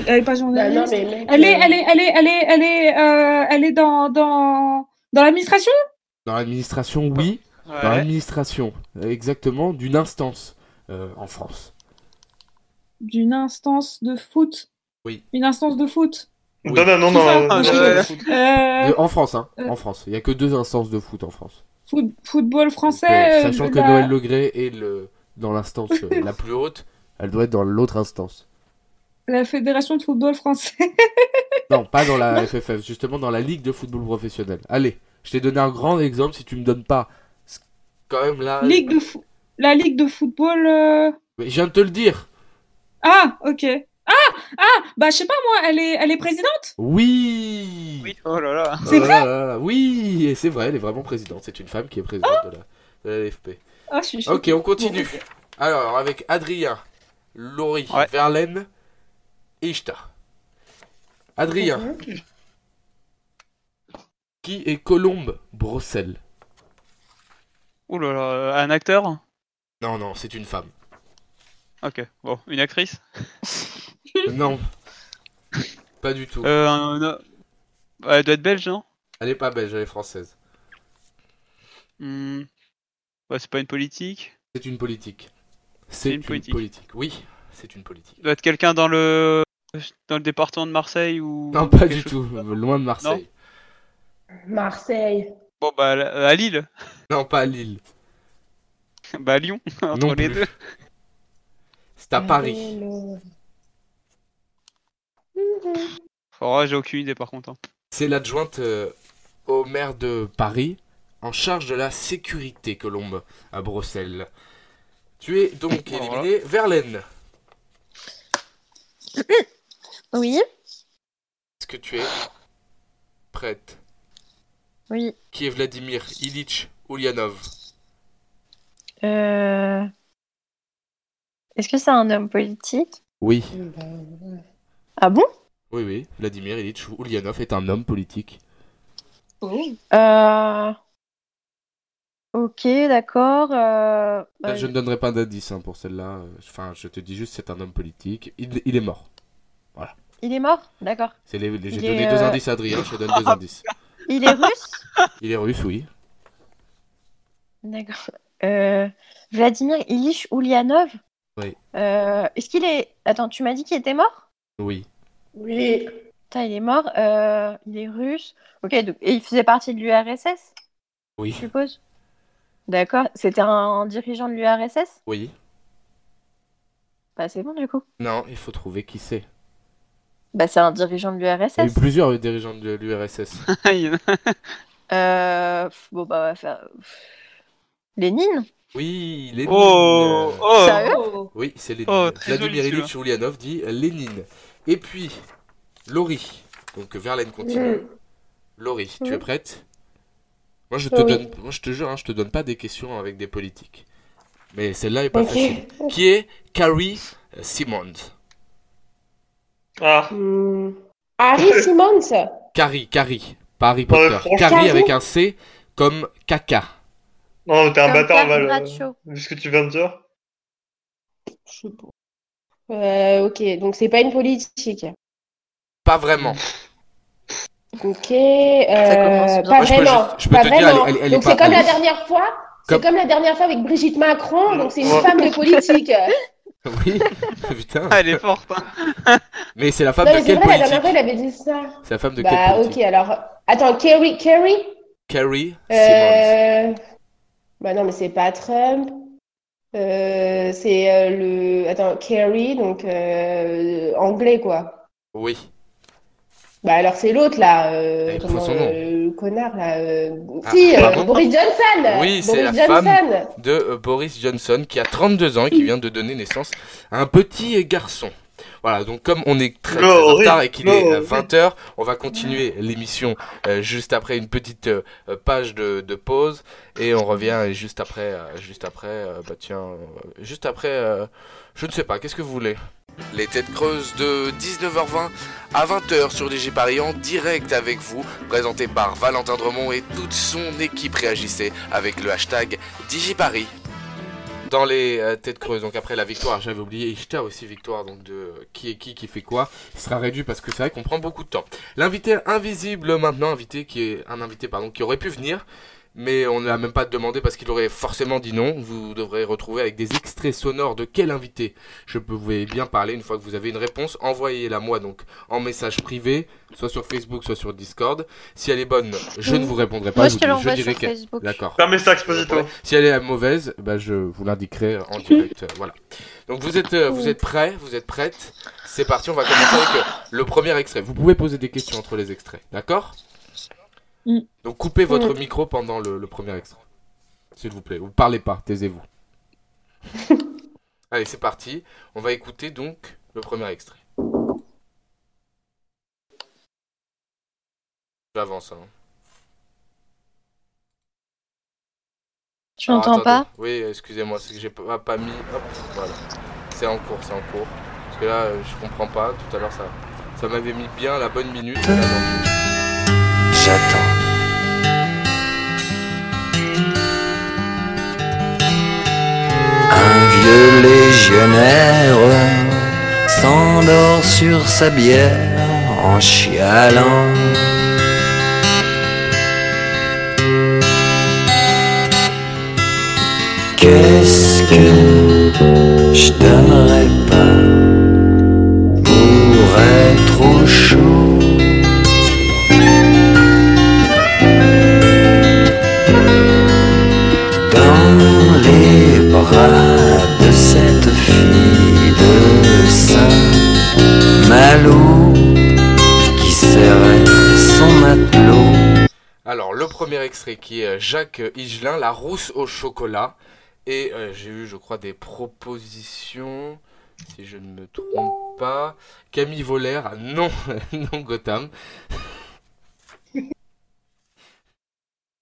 [SPEAKER 6] Elle n'est pas
[SPEAKER 5] Bah, non,
[SPEAKER 6] journaliste.
[SPEAKER 5] mais mec,
[SPEAKER 6] Elle est,
[SPEAKER 5] euh,
[SPEAKER 6] elle est, elle est, elle est, elle est, euh, elle est dans, dans, dans l'administration
[SPEAKER 1] Dans l'administration, oui. Dans
[SPEAKER 2] Ouais.
[SPEAKER 1] l'administration, euh, exactement, d'une instance. euh, en France.
[SPEAKER 6] D'une instance de foot.
[SPEAKER 1] Oui.
[SPEAKER 6] Une instance de foot.
[SPEAKER 1] Oui.
[SPEAKER 4] Donne un nom
[SPEAKER 6] C'est ça,
[SPEAKER 4] d'un-
[SPEAKER 2] Ah,
[SPEAKER 4] d'un-
[SPEAKER 2] ouais.
[SPEAKER 6] Euh,
[SPEAKER 4] d'un-
[SPEAKER 1] De- en France, hein,
[SPEAKER 6] euh.
[SPEAKER 1] en France. Il n'y a que deux instances de foot en France.
[SPEAKER 6] foot- football
[SPEAKER 1] Donc, euh,
[SPEAKER 6] français. euh,
[SPEAKER 1] sachant
[SPEAKER 6] de
[SPEAKER 1] que
[SPEAKER 6] la-
[SPEAKER 1] Noël Legré est le, dans l'instance euh, la plus haute, elle doit être dans l'autre instance.
[SPEAKER 6] La fédération de football français.
[SPEAKER 1] Non, pas dans la FFF, justement dans la Ligue de football professionnel. Allez, je t'ai donné un grand exemple si tu me donnes pas. c'est Quand même là.
[SPEAKER 6] Ligue de fo- La ligue de football. euh,
[SPEAKER 1] Mais je viens de te le dire.
[SPEAKER 6] Ah, ok. Ah, ah, bah je sais pas moi, elle est, elle est présidente.
[SPEAKER 1] Oui.
[SPEAKER 2] Oui, oh là là.
[SPEAKER 6] C'est
[SPEAKER 1] Oh là là, Oui, et c'est vrai, elle est vraiment présidente. C'est une femme qui est présidente de la, de la LFP.
[SPEAKER 6] Ah, je suis choquée.
[SPEAKER 1] Ok, on continue. Alors, avec Adrien, Laurie,
[SPEAKER 2] Ouais.
[SPEAKER 1] Verlaine et Ishtar. Adrien, qui est Colombe Brossel
[SPEAKER 2] Ouh là là, un acteur
[SPEAKER 1] Non, non, c'est une femme.
[SPEAKER 2] Ok, bon, une actrice
[SPEAKER 1] non, pas du tout.
[SPEAKER 2] euh, un- un- Elle doit être belge, non
[SPEAKER 1] Elle est pas belge, elle est française.
[SPEAKER 2] Hmm. Ouais, C'est pas une politique.
[SPEAKER 1] C'est une politique. C'est
[SPEAKER 2] une
[SPEAKER 1] une politique.
[SPEAKER 2] politique.
[SPEAKER 1] Oui, c'est une politique.
[SPEAKER 2] Ça doit être quelqu'un dans le dans le département de Marseille ou.
[SPEAKER 1] Non, pas
[SPEAKER 2] quelque
[SPEAKER 1] du
[SPEAKER 2] chose
[SPEAKER 1] tout,
[SPEAKER 2] comme ça.
[SPEAKER 1] loin de Marseille.
[SPEAKER 5] euh, Marseille.
[SPEAKER 2] Bon, bah à à Lille.
[SPEAKER 1] Non, pas à Lille.
[SPEAKER 2] Bah à Lyon, entre
[SPEAKER 1] Non
[SPEAKER 2] les
[SPEAKER 1] plus.
[SPEAKER 2] deux.
[SPEAKER 1] C'est à Paris.
[SPEAKER 5] Hello.
[SPEAKER 2] Oh, j'ai aucune idée par contre. hein.
[SPEAKER 1] C'est l'adjointe euh, au maire de Paris, en charge de la sécurité, Colombe, à Bruxelles. Tu es donc
[SPEAKER 2] Voilà.
[SPEAKER 1] éliminé. Verlaine,
[SPEAKER 3] Oui,
[SPEAKER 1] est-ce que tu es prête
[SPEAKER 3] oui.
[SPEAKER 1] Qui est Vladimir Ilitch Ulyanov
[SPEAKER 3] Euh, Est-ce que c'est un homme politique
[SPEAKER 1] Oui.
[SPEAKER 3] Ah bon
[SPEAKER 1] Oui, oui. Vladimir Ilitch Ulyanov est un homme politique.
[SPEAKER 3] Euh, Ok, d'accord. euh, bah,
[SPEAKER 1] je ne donnerai pas d'indice hein, pour celle-là. Enfin, je te dis juste c'est un homme politique. Il, il est mort.
[SPEAKER 3] Il est mort D'accord.
[SPEAKER 1] C'est les- les- J'ai
[SPEAKER 3] Il est,
[SPEAKER 1] donné deux
[SPEAKER 3] euh,
[SPEAKER 1] indices à Adrien. Je te donne deux indices.
[SPEAKER 3] Il est russe
[SPEAKER 1] Il est russe, oui.
[SPEAKER 3] D'accord. Euh, Vladimir Ilyich Ulyanov
[SPEAKER 1] Oui.
[SPEAKER 3] Euh, Est-ce qu'il est... Attends, tu m'as dit qu'il était mort
[SPEAKER 1] Oui.
[SPEAKER 5] Oui.
[SPEAKER 3] Putain, il est mort. euh, Il est russe. Ok, donc... et il faisait partie de l'URSS,
[SPEAKER 1] Oui.
[SPEAKER 3] je suppose D'accord. C'était un dirigeant de l'URSS
[SPEAKER 1] Oui.
[SPEAKER 3] Bah c'est bon du coup.
[SPEAKER 1] Non, il faut trouver qui c'est.
[SPEAKER 3] Bah c'est un dirigeant de
[SPEAKER 1] Il y a eu
[SPEAKER 3] l'URSS.
[SPEAKER 1] plusieurs dirigeants de l'URSS.
[SPEAKER 2] Il y en a-
[SPEAKER 3] Euh, pff, bon bah on va faire... pff, Lénine
[SPEAKER 1] Oui, Lénine.
[SPEAKER 2] oh,
[SPEAKER 1] euh,
[SPEAKER 2] oh,
[SPEAKER 3] Sérieux
[SPEAKER 1] Oui, c'est Lénine.
[SPEAKER 2] Oh, très
[SPEAKER 1] Vladimir
[SPEAKER 2] joli,
[SPEAKER 1] Ilyich Ulyanov dit euh, Lénine. Et puis, Laurie. Donc Verlaine continue.
[SPEAKER 5] Mm.
[SPEAKER 1] Laurie, tu
[SPEAKER 5] Oui.
[SPEAKER 1] es prête Moi, je te
[SPEAKER 5] Oui.
[SPEAKER 1] donne, moi, je te jure, hein, je te donne pas des questions avec des politiques. Mais celle-là est pas
[SPEAKER 5] Ok.
[SPEAKER 1] facile. Qui est Carrie euh, Simmons
[SPEAKER 4] Ah,
[SPEAKER 5] Hmm. Harry Simmons.
[SPEAKER 1] Carrie, Carrie, pas
[SPEAKER 2] Euh,
[SPEAKER 1] Harry
[SPEAKER 4] Ouais,
[SPEAKER 1] Potter.
[SPEAKER 4] franchement.
[SPEAKER 1] Carrie
[SPEAKER 5] Carrie
[SPEAKER 1] avec un C comme caca.
[SPEAKER 4] non, mais t'es un
[SPEAKER 3] Comme
[SPEAKER 4] bâtard,
[SPEAKER 3] Carrie
[SPEAKER 4] Val. euh,
[SPEAKER 3] Bradshaw.
[SPEAKER 4] Vu ce que tu viens de dire.
[SPEAKER 5] Je sais pas. Euh, ok, donc c'est pas une politique.
[SPEAKER 1] Pas vraiment.
[SPEAKER 5] Ok. euh,
[SPEAKER 3] commence bien.
[SPEAKER 5] pas
[SPEAKER 1] Moi, je peux
[SPEAKER 5] vraiment.
[SPEAKER 1] juste- je peux
[SPEAKER 5] pas
[SPEAKER 1] te dire,
[SPEAKER 5] vraiment.
[SPEAKER 1] elle- elle- elle est
[SPEAKER 5] donc
[SPEAKER 1] pas-
[SPEAKER 5] c'est comme
[SPEAKER 1] elle-
[SPEAKER 5] la dernière fois.
[SPEAKER 1] Comme- Mmh.
[SPEAKER 5] C'est comme la dernière fois avec Brigitte Macron. Donc c'est
[SPEAKER 4] Ouais.
[SPEAKER 5] une femme de politique.
[SPEAKER 1] Oui, putain.
[SPEAKER 2] Ah, elle est forte. hein.
[SPEAKER 1] Mais c'est la femme
[SPEAKER 5] non
[SPEAKER 1] de
[SPEAKER 5] mais c'est
[SPEAKER 1] quelle
[SPEAKER 5] vrai, la dernière fois
[SPEAKER 1] politique
[SPEAKER 5] elle avait dit ça.
[SPEAKER 1] C'est la femme de quelle
[SPEAKER 5] Bah
[SPEAKER 1] politique
[SPEAKER 5] ok, alors attends, Kerry, Kerry.
[SPEAKER 1] Carrie Simmons.
[SPEAKER 5] Euh... Bah non mais c'est pas Trump. Euh, c'est euh, le attends Kerry donc euh, anglais quoi.
[SPEAKER 1] Oui.
[SPEAKER 5] Bah alors c'est l'autre là, euh,
[SPEAKER 1] Eh, il faut
[SPEAKER 5] comment,
[SPEAKER 1] son nom.
[SPEAKER 5] euh, le connard là. euh,
[SPEAKER 1] Ah,
[SPEAKER 5] si, euh,
[SPEAKER 1] pardon
[SPEAKER 5] Boris Johnson.
[SPEAKER 1] Oui, c'est
[SPEAKER 5] Boris
[SPEAKER 1] la
[SPEAKER 5] Johnson.
[SPEAKER 1] de euh, Boris Johnson qui a 32 ans et qui vient de donner naissance à un petit euh, garçon. Voilà, donc comme on est très, très en
[SPEAKER 4] Laurie,
[SPEAKER 1] retard et qu'il est
[SPEAKER 4] Laurie.
[SPEAKER 1] 20h, on va continuer l'émission euh, juste après une petite euh, page de, de pause et on revient juste après, euh, juste après, euh, bah tiens, euh, juste après, euh, je ne sais pas, qu'est-ce que vous voulez Les têtes creuses de 19h20 à 20h sur DG Paris en direct avec vous, présenté par Valentin Dremont et toute son équipe réagissait avec le hashtag DigiParis. Dans les euh, têtes creuses, donc après la victoire, j'avais oublié Ishtar aussi, victoire donc de euh, qui est qui, qui fait quoi, ce sera réduit parce que c'est vrai qu'on prend beaucoup de temps. L'invité invisible maintenant, invité qui est un invité pardon, qui aurait pu venir mais on ne l'a même pas demandé parce qu'il aurait forcément dit non. Vous devrez retrouver avec des extraits sonores de quel invité je pouvais bien parler. Une fois que vous avez une réponse, envoyez-la moi donc en message privé, soit sur Facebook, soit sur Discord. Si elle est bonne, je ne vous répondrai pas.
[SPEAKER 3] Moi,
[SPEAKER 1] je,
[SPEAKER 3] je
[SPEAKER 1] vous
[SPEAKER 3] te
[SPEAKER 1] dis-
[SPEAKER 3] l'envoie
[SPEAKER 1] dirai
[SPEAKER 3] sur
[SPEAKER 1] qu'elle-
[SPEAKER 3] Facebook.
[SPEAKER 1] D'accord.
[SPEAKER 4] Fermez ça, Exposito.
[SPEAKER 1] Si elle est mauvaise, bah, je vous l'indiquerai en direct. euh, voilà. Donc vous êtes, euh, vous êtes prêts, vous êtes prête. C'est parti, on va commencer avec euh, le premier extrait. Vous pouvez poser des questions entre les extraits, d'accord
[SPEAKER 6] Mm.
[SPEAKER 1] Donc coupez votre micro pendant le, le premier extrait, s'il vous plaît. Vous parlez pas, taisez-vous. Allez, c'est parti. On va écouter donc le premier extrait. J'avance. Hein.
[SPEAKER 3] Tu
[SPEAKER 1] Alors,
[SPEAKER 3] m'entends
[SPEAKER 1] attendez.
[SPEAKER 3] pas
[SPEAKER 1] Oui, excusez-moi, c'est que j'ai pas, pas mis. Hop, voilà. C'est en cours, c'est en cours. Parce que là, euh, je comprends pas. Tout à l'heure, ça, ça m'avait mis bien la bonne minute. et là, non.
[SPEAKER 7] J'attends. Un vieux légionnaire s'endort sur sa bière en chialant. Qu'est-ce que je donnerais pas pour être au chaud dans les bras de cette fille de Saint-Malo qui serrait son matelot.
[SPEAKER 1] Alors, le premier extrait qui est euh, Jacques Higelin, La rousse au chocolat. Et euh, j'ai eu, je crois, des propositions. Si je ne me trompe pas. Camille Volaire, non, non Gotham.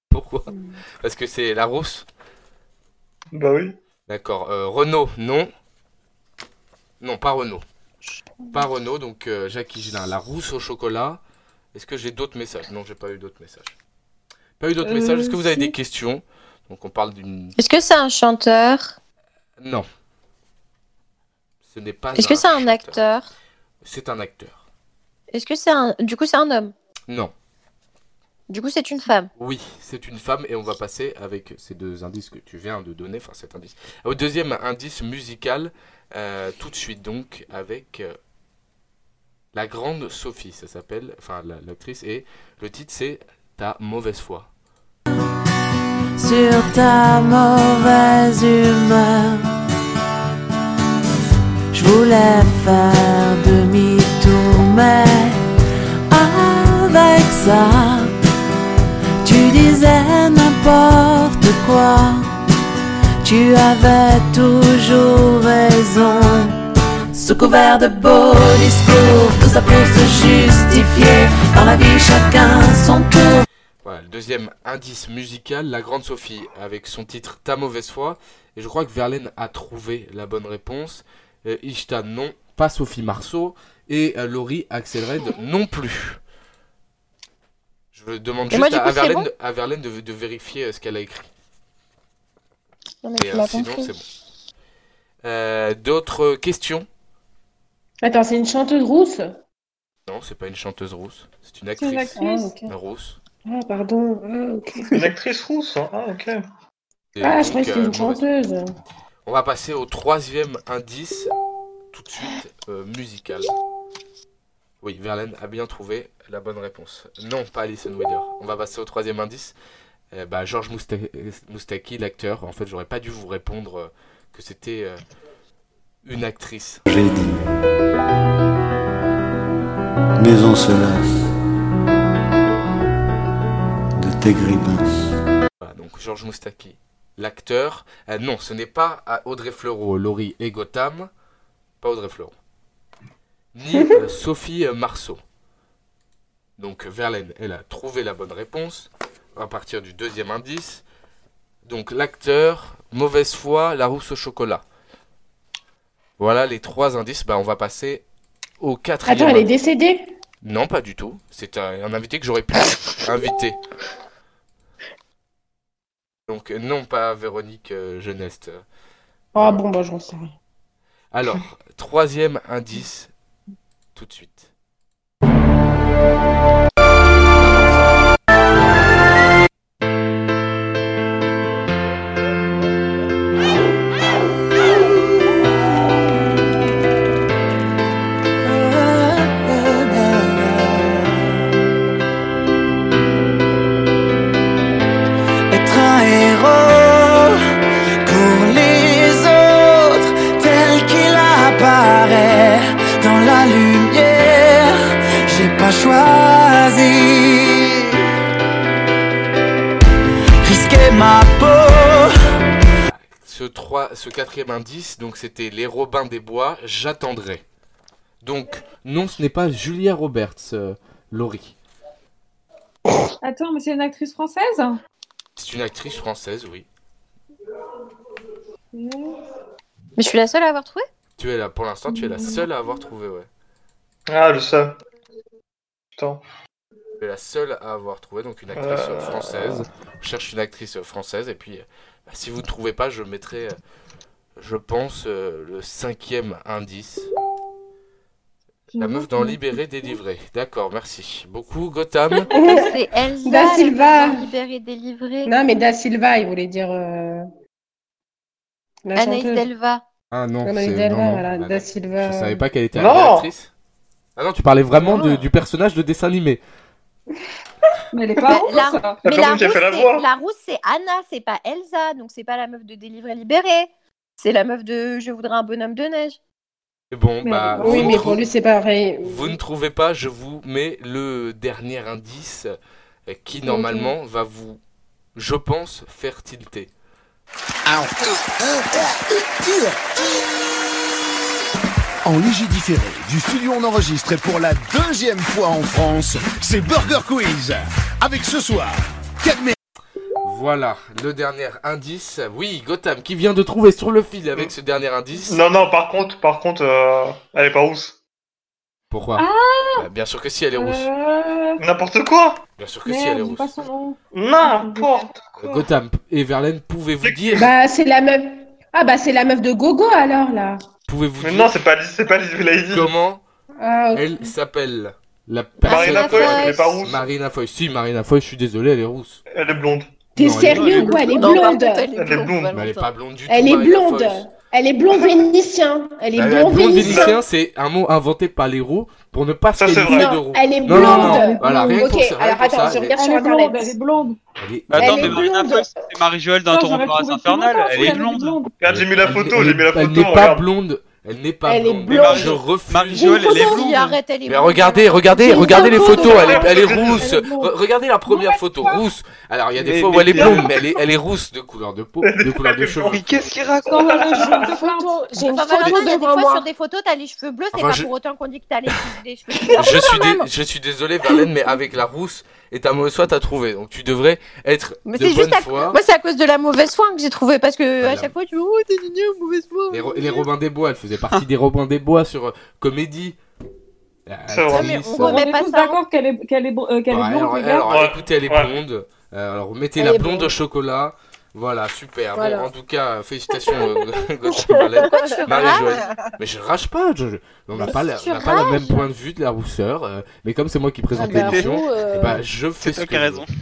[SPEAKER 1] Pourquoi Parce que c'est la rousse
[SPEAKER 4] Bah oui.
[SPEAKER 1] D'accord. Euh, Renault, non. Non, pas Renault. Pas Renault, donc euh, Jackie Gillin. La rousse au chocolat. Est-ce que j'ai d'autres messages Non, j'ai pas eu d'autres messages. Pas eu d'autres
[SPEAKER 6] Euh,
[SPEAKER 1] messages. Est-ce que vous avez
[SPEAKER 6] si.
[SPEAKER 1] des questions Donc on parle d'une.
[SPEAKER 3] Est-ce que c'est un chanteur
[SPEAKER 1] Non. Ce n'est pas.
[SPEAKER 3] Est-ce que Ah, c'est un
[SPEAKER 1] chanteur.
[SPEAKER 3] acteur
[SPEAKER 1] C'est un acteur.
[SPEAKER 3] Est-ce que c'est un. Du coup, c'est un homme.
[SPEAKER 1] Non.
[SPEAKER 3] Du coup, c'est une femme.
[SPEAKER 1] Oui, c'est une femme et on va passer avec ces deux indices que tu viens de donner, enfin cet indice, au deuxième indice musical euh, tout de suite donc avec euh, la grande Sophie, ça s'appelle, enfin la- l'actrice et le titre c'est Ta mauvaise foi.
[SPEAKER 7] sur ta mauvaise humeur. Je voulais faire demi-tour, mais avec ça, tu disais n'importe quoi. Tu avais toujours raison. Sous couvert de beaux discours, tout ça pour se justifier. Dans la vie, chacun son tour.
[SPEAKER 1] Voilà, le deuxième indice musical, la grande Sophie avec son titre Ta mauvaise foi et je crois que Verlaine a trouvé la bonne réponse. Euh, Ishta non, pas Sophie Marceau et euh, Laurie Axelred non plus. Je demande
[SPEAKER 3] Et
[SPEAKER 1] juste
[SPEAKER 3] moi, du
[SPEAKER 1] à,
[SPEAKER 3] coup,
[SPEAKER 1] à
[SPEAKER 3] c'est
[SPEAKER 1] Verlaine,
[SPEAKER 3] bon
[SPEAKER 1] de, à Verlaine de- de vérifier euh, ce qu'elle a écrit.
[SPEAKER 3] Non, mais
[SPEAKER 1] Et,
[SPEAKER 3] tu
[SPEAKER 1] euh,
[SPEAKER 3] m'as
[SPEAKER 1] sinon,
[SPEAKER 3] compris.
[SPEAKER 1] c'est bon. Euh, D'autres questions
[SPEAKER 5] Attends, c'est une chanteuse rousse
[SPEAKER 1] Non, c'est pas une chanteuse rousse. C'est une
[SPEAKER 6] C'est une
[SPEAKER 1] actrice
[SPEAKER 5] Ah,
[SPEAKER 6] actrice.
[SPEAKER 5] ok.
[SPEAKER 1] rousse.
[SPEAKER 5] Ah, pardon. Ah, ok.
[SPEAKER 4] Une actrice rousse. hein. Ah, ok.
[SPEAKER 1] Et
[SPEAKER 5] Ah,
[SPEAKER 1] donc,
[SPEAKER 5] je croyais que
[SPEAKER 1] euh,
[SPEAKER 5] c'était une
[SPEAKER 1] mauvaise-
[SPEAKER 5] chanteuse.
[SPEAKER 1] On va passer au troisième indice, tout de suite euh, musical. Oui, Verlaine a bien trouvé la bonne réponse. Non, pas Alison Wheeler. On va passer au troisième indice. Euh, bah, Georges Mousta- Moustaki, l'acteur. En fait, j'aurais pas dû vous répondre euh, que c'était euh, une actrice.
[SPEAKER 7] J'ai dit. Mais on se lasse de tes grimaces.
[SPEAKER 1] Voilà, donc Georges Moustaki, l'acteur. Euh, non, ce n'est pas à Audrey Fleurot, Laurie et Gotham. Pas Audrey Fleurot. Ni euh, Sophie euh, Marceau. Donc euh, Verlaine, elle a trouvé la bonne réponse à partir du deuxième indice. Donc l'acteur, mauvaise foi, la rousse au chocolat. Voilà les trois indices. Bah, on va passer au quatrième.
[SPEAKER 5] Attends, elle est
[SPEAKER 1] indice.
[SPEAKER 5] décédée
[SPEAKER 1] Non, pas du tout. C'est un, un invité que j'aurais pu inviter. Donc, euh, non, pas Véronique euh, Geneste.
[SPEAKER 5] Ah bon, bah j'en sais rien.
[SPEAKER 1] Alors, troisième indice, tout de suite.
[SPEAKER 7] pas choisir. Risquer ma peau.
[SPEAKER 1] Ce, trois, ce quatrième indice, donc c'était Les Robins des Bois, J'attendrai. Donc, non, ce n'est pas Julia Roberts, euh, Laurie.
[SPEAKER 6] Attends, mais c'est une actrice française
[SPEAKER 1] C'est une actrice française, oui.
[SPEAKER 3] Mais je suis la seule à avoir trouvé
[SPEAKER 1] Tu es là, pour l'instant, tu es la seule à avoir trouvé, ouais.
[SPEAKER 4] Ah, je sais. Putain.
[SPEAKER 1] Tu es la seule à avoir trouvé, donc une actrice
[SPEAKER 4] Euh.
[SPEAKER 1] française. Je cherche une actrice française, et puis, euh, si vous ne trouvez pas, je mettrai, euh, je pense, euh, le cinquième indice.
[SPEAKER 5] Mmh.
[SPEAKER 1] La meuf dans Libéré, délivré. D'accord, merci. Beaucoup, Gotham.
[SPEAKER 3] C'est Elsa.
[SPEAKER 5] Da
[SPEAKER 3] la
[SPEAKER 5] Silva.
[SPEAKER 3] première libérée, délivrée.
[SPEAKER 5] Non, mais Da Silva, il voulait dire. euh, La
[SPEAKER 3] Anaïs
[SPEAKER 5] chanteuse.
[SPEAKER 3] Delva.
[SPEAKER 1] Ah non,
[SPEAKER 5] Anaïs
[SPEAKER 1] c'est-
[SPEAKER 5] Delva,
[SPEAKER 1] non, non,
[SPEAKER 5] voilà,
[SPEAKER 1] Anna-
[SPEAKER 5] Da Silva.
[SPEAKER 1] Je savais pas qu'elle était
[SPEAKER 4] Non
[SPEAKER 1] actrice. Ah non, tu parlais vraiment de-
[SPEAKER 4] Non.
[SPEAKER 1] du personnage de dessin animé.
[SPEAKER 6] Mais elle est pas rousse.
[SPEAKER 3] la- Mais
[SPEAKER 4] J'ai
[SPEAKER 3] la
[SPEAKER 4] envie
[SPEAKER 3] rousse,
[SPEAKER 4] de faire la
[SPEAKER 3] c'est-
[SPEAKER 4] voix.
[SPEAKER 3] la rousse, c'est Anna, c'est pas Elsa. Donc, c'est pas la meuf de Délivrée Libérée. C'est la meuf de Je voudrais un bonhomme de neige.
[SPEAKER 1] Et Bon,
[SPEAKER 6] Mais-
[SPEAKER 1] bah,
[SPEAKER 5] Oui,
[SPEAKER 1] vous,
[SPEAKER 5] mais
[SPEAKER 1] ne
[SPEAKER 5] pour
[SPEAKER 1] trou-
[SPEAKER 5] lui, c'est pareil.
[SPEAKER 1] vous ne trouvez pas, je vous mets le dernier indice euh, qui normalement va vous, je pense, faire tilter.
[SPEAKER 8] En léger différé du studio On Enregistre et pour la deuxième fois en France, c'est Burger Quiz. Avec ce soir, Cadmer.
[SPEAKER 1] Voilà, le dernier indice. Oui, Gotham, qui vient de trouver sur le fil avec ce dernier indice.
[SPEAKER 4] Non, non, par contre, par contre, euh, elle est pas rousse.
[SPEAKER 1] Pourquoi
[SPEAKER 5] Ah.
[SPEAKER 1] Bah, Bien sûr que si, elle est rousse.
[SPEAKER 6] Euh,
[SPEAKER 4] N'importe quoi
[SPEAKER 1] Bien sûr que si, elle est
[SPEAKER 6] Merde, j'ai pas
[SPEAKER 1] rousse. Euh,
[SPEAKER 6] son nom.
[SPEAKER 4] N'importe quoi
[SPEAKER 1] Gotham et Verlaine, pouvez-vous dire,
[SPEAKER 5] Bah, c'est la meuf. Ah, bah, c'est la meuf de Gogo alors là.
[SPEAKER 1] pouvez-vous
[SPEAKER 4] Mais non,
[SPEAKER 1] dire
[SPEAKER 4] c'est pas, c'est pas Lizzie Lady.
[SPEAKER 1] comment
[SPEAKER 5] Ah, ok.
[SPEAKER 1] elle s'appelle la
[SPEAKER 4] Marina
[SPEAKER 3] Ah, c'est la
[SPEAKER 4] Foy,
[SPEAKER 3] Foy.
[SPEAKER 4] elle est pas rousse.
[SPEAKER 1] Marina Foy. Si, Marina Foy, je suis désolé, elle est rousse.
[SPEAKER 4] Elle est blonde.
[SPEAKER 5] T'es
[SPEAKER 1] Non, elle est-
[SPEAKER 5] sérieux ou quoi Elle est blonde.
[SPEAKER 4] Elle est hein. blonde.
[SPEAKER 1] Mais elle est pas blonde du tout.
[SPEAKER 5] Elle est
[SPEAKER 1] Marina
[SPEAKER 5] blonde.
[SPEAKER 1] Foy.
[SPEAKER 5] Elle est blonde vénitien. Elle est
[SPEAKER 1] Bah,
[SPEAKER 5] blonde vénitien.
[SPEAKER 1] vénitien, c'est un mot inventé par les roux pour ne pas se
[SPEAKER 4] Ça, c'est
[SPEAKER 1] qualifier
[SPEAKER 4] vrai.
[SPEAKER 1] de
[SPEAKER 5] Non,
[SPEAKER 1] roux.
[SPEAKER 5] elle est
[SPEAKER 1] Non,
[SPEAKER 5] blonde.
[SPEAKER 1] non, non, voilà, rien que
[SPEAKER 5] Ok,
[SPEAKER 1] pour ça, rien que
[SPEAKER 5] alors
[SPEAKER 1] pour
[SPEAKER 5] attends,
[SPEAKER 1] ça,
[SPEAKER 5] je
[SPEAKER 1] elle
[SPEAKER 5] regarde sur
[SPEAKER 6] Elle est blonde,
[SPEAKER 5] internet.
[SPEAKER 6] elle est blonde.
[SPEAKER 1] Elle est-
[SPEAKER 2] Bah, attends,
[SPEAKER 5] Elle
[SPEAKER 2] mais
[SPEAKER 5] est
[SPEAKER 2] Marina
[SPEAKER 5] blonde.
[SPEAKER 2] Foy, c'est Marie-Joël dans
[SPEAKER 6] Putain,
[SPEAKER 2] ton
[SPEAKER 6] j'aurais
[SPEAKER 2] Empereur
[SPEAKER 6] trouvé depuis
[SPEAKER 2] Infernal.
[SPEAKER 6] longtemps si
[SPEAKER 2] Elle est
[SPEAKER 6] avait dit
[SPEAKER 2] blonde.
[SPEAKER 4] Regarde, j'ai mis la
[SPEAKER 1] elle-
[SPEAKER 4] photo,
[SPEAKER 1] elle-
[SPEAKER 4] j'ai mis la
[SPEAKER 1] Elle
[SPEAKER 4] photo,
[SPEAKER 1] n'est pas
[SPEAKER 4] regarde.
[SPEAKER 1] blonde. Elle n'est pas
[SPEAKER 5] Elle est
[SPEAKER 1] blonde.
[SPEAKER 5] blonde.
[SPEAKER 1] Je refuse.
[SPEAKER 2] Marie-Joël, elle est blonde.
[SPEAKER 3] Oui, arrête, elle est
[SPEAKER 1] Mais
[SPEAKER 3] blonde.
[SPEAKER 1] regardez, regardez,
[SPEAKER 5] J'ai une
[SPEAKER 1] regardez les
[SPEAKER 5] photo
[SPEAKER 1] photos,
[SPEAKER 4] de
[SPEAKER 1] elle est,
[SPEAKER 4] la
[SPEAKER 1] elle est
[SPEAKER 4] photo.
[SPEAKER 1] rousse.
[SPEAKER 6] Elle est blonde.
[SPEAKER 1] Re- regardez la première photo, rousse. Alors il y a des
[SPEAKER 2] Mais-
[SPEAKER 1] fois où
[SPEAKER 2] mais
[SPEAKER 1] elle est
[SPEAKER 2] bien.
[SPEAKER 1] blonde, mais elle est, elle est rousse de couleur de peau, de couleur de cheveux.
[SPEAKER 2] Mais qu'est-ce qu'il raconte
[SPEAKER 6] Sans le jeu de plainte.
[SPEAKER 5] Photo- J'ai une
[SPEAKER 3] Enfin,
[SPEAKER 5] photo
[SPEAKER 3] Valentin, il y a des
[SPEAKER 5] devant
[SPEAKER 3] fois
[SPEAKER 5] moi.
[SPEAKER 3] sur des photos, t'as les cheveux bleus, c'est
[SPEAKER 1] Enfin,
[SPEAKER 3] pas
[SPEAKER 1] je-
[SPEAKER 3] pour autant qu'on dit que t'as les des cheveux bleus.
[SPEAKER 1] Je suis, dé- je suis désolé, Verlaine, mais avec la rousse et ta mauvaise foi, t'as trouvé. Donc tu devrais être
[SPEAKER 3] Mais
[SPEAKER 1] de
[SPEAKER 3] c'est
[SPEAKER 1] bonne
[SPEAKER 3] juste à-
[SPEAKER 1] foi.
[SPEAKER 3] Moi, c'est à cause de la mauvaise foi que j'ai trouvé parce que
[SPEAKER 1] Voilà.
[SPEAKER 3] à chaque fois, tu dis Oh, t'es mignon, mauvaise foi.
[SPEAKER 1] Les, Ro- les Robins des Bois, elle faisait partie des Robins des Bois sur euh, Comédie.
[SPEAKER 4] C'est vrai.
[SPEAKER 1] Actrice,
[SPEAKER 3] Mais on
[SPEAKER 1] euh,
[SPEAKER 6] On
[SPEAKER 3] remet
[SPEAKER 6] est
[SPEAKER 3] pas
[SPEAKER 6] tous
[SPEAKER 3] ça, hein.
[SPEAKER 6] d'accord qu'elle est, qu'elle est, br- euh, qu'elle
[SPEAKER 1] ouais,
[SPEAKER 6] est blonde,
[SPEAKER 1] alors,
[SPEAKER 6] les gars.
[SPEAKER 1] alors,
[SPEAKER 4] Ouais.
[SPEAKER 1] écoutez, elle est
[SPEAKER 4] Ouais.
[SPEAKER 1] blonde. Euh, alors mettez
[SPEAKER 5] Elle
[SPEAKER 1] la
[SPEAKER 5] est
[SPEAKER 1] blonde
[SPEAKER 5] blonde.
[SPEAKER 1] au chocolat. Voilà, super. Bon,
[SPEAKER 5] Voilà.
[SPEAKER 1] en tout cas, félicitations, euh, Gauthier Mallet. Marie-Joëlle. Mais je rage pas. je- je- On n'a
[SPEAKER 3] Mais
[SPEAKER 1] pas,
[SPEAKER 3] si
[SPEAKER 1] la-
[SPEAKER 3] tu
[SPEAKER 1] on n'a pas le
[SPEAKER 3] rages.
[SPEAKER 1] même point de vue de la rousseur. euh, mais comme c'est moi qui
[SPEAKER 5] Ah
[SPEAKER 1] présente
[SPEAKER 5] bah,
[SPEAKER 1] l'émission,
[SPEAKER 5] roux, euh,
[SPEAKER 1] bah, je fais
[SPEAKER 2] C'est
[SPEAKER 1] ce
[SPEAKER 2] toi
[SPEAKER 1] que
[SPEAKER 2] qui as
[SPEAKER 1] je
[SPEAKER 2] raison.
[SPEAKER 1] veux.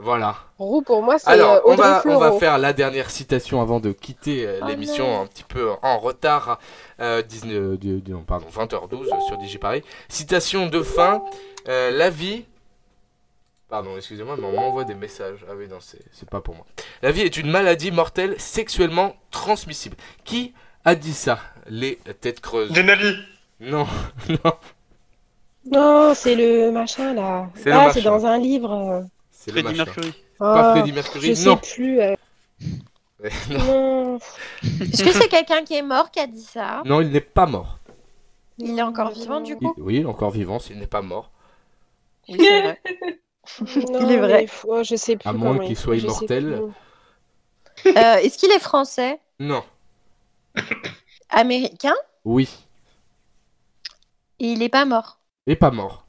[SPEAKER 1] Voilà.
[SPEAKER 5] roux, pour moi, c'est euh,
[SPEAKER 1] Alors, on
[SPEAKER 5] Audrey
[SPEAKER 1] va, on va
[SPEAKER 5] Fleurot. Ah,
[SPEAKER 1] faire la dernière citation avant de quitter euh,
[SPEAKER 3] Oh
[SPEAKER 1] l'émission
[SPEAKER 3] non.
[SPEAKER 1] un petit peu en retard. Euh, 19, euh, de- de- non, pardon, 20h12 sur DigiParis. Citation de fin. euh, la vie. Pardon, excusez-moi, mais on m'envoie des messages. Ah oui, non, c'est c'est pas pour moi. La vie est une maladie mortelle sexuellement transmissible. Qui a dit ça Les têtes creuses.
[SPEAKER 4] Denali.
[SPEAKER 1] Non,
[SPEAKER 5] Non, c'est le machin là.
[SPEAKER 1] C'est le
[SPEAKER 5] ah, c'est
[SPEAKER 1] machin.
[SPEAKER 5] dans un livre. euh.
[SPEAKER 1] c'est le
[SPEAKER 2] Freddie
[SPEAKER 1] machin.
[SPEAKER 2] Mercury.
[SPEAKER 1] Pas
[SPEAKER 5] Ah,
[SPEAKER 1] Freddie
[SPEAKER 5] Je
[SPEAKER 1] Mercury,
[SPEAKER 5] sais
[SPEAKER 1] non.
[SPEAKER 5] plus. euh,
[SPEAKER 1] non.
[SPEAKER 5] Non.
[SPEAKER 3] Est-ce que c'est quelqu'un qui est mort qui a dit ça
[SPEAKER 1] Non, il n'est pas mort.
[SPEAKER 3] Il est encore vivant du
[SPEAKER 5] Oh.
[SPEAKER 1] Il-
[SPEAKER 3] coup
[SPEAKER 1] oui, il est encore vivant, s'il n'est pas mort.
[SPEAKER 3] Oui, c'est vrai.
[SPEAKER 5] Non,
[SPEAKER 3] est vrai.
[SPEAKER 5] mais faut- oh, je sais plus.
[SPEAKER 1] À moins
[SPEAKER 5] comment
[SPEAKER 1] qu'il
[SPEAKER 5] il-
[SPEAKER 1] soit
[SPEAKER 5] je sais
[SPEAKER 1] immortel.
[SPEAKER 5] plus.
[SPEAKER 3] Euh, Est-ce qu'il est français
[SPEAKER 1] Non,
[SPEAKER 3] Américain
[SPEAKER 1] oui,
[SPEAKER 3] Et il est pas mort.
[SPEAKER 1] il n'est pas mort.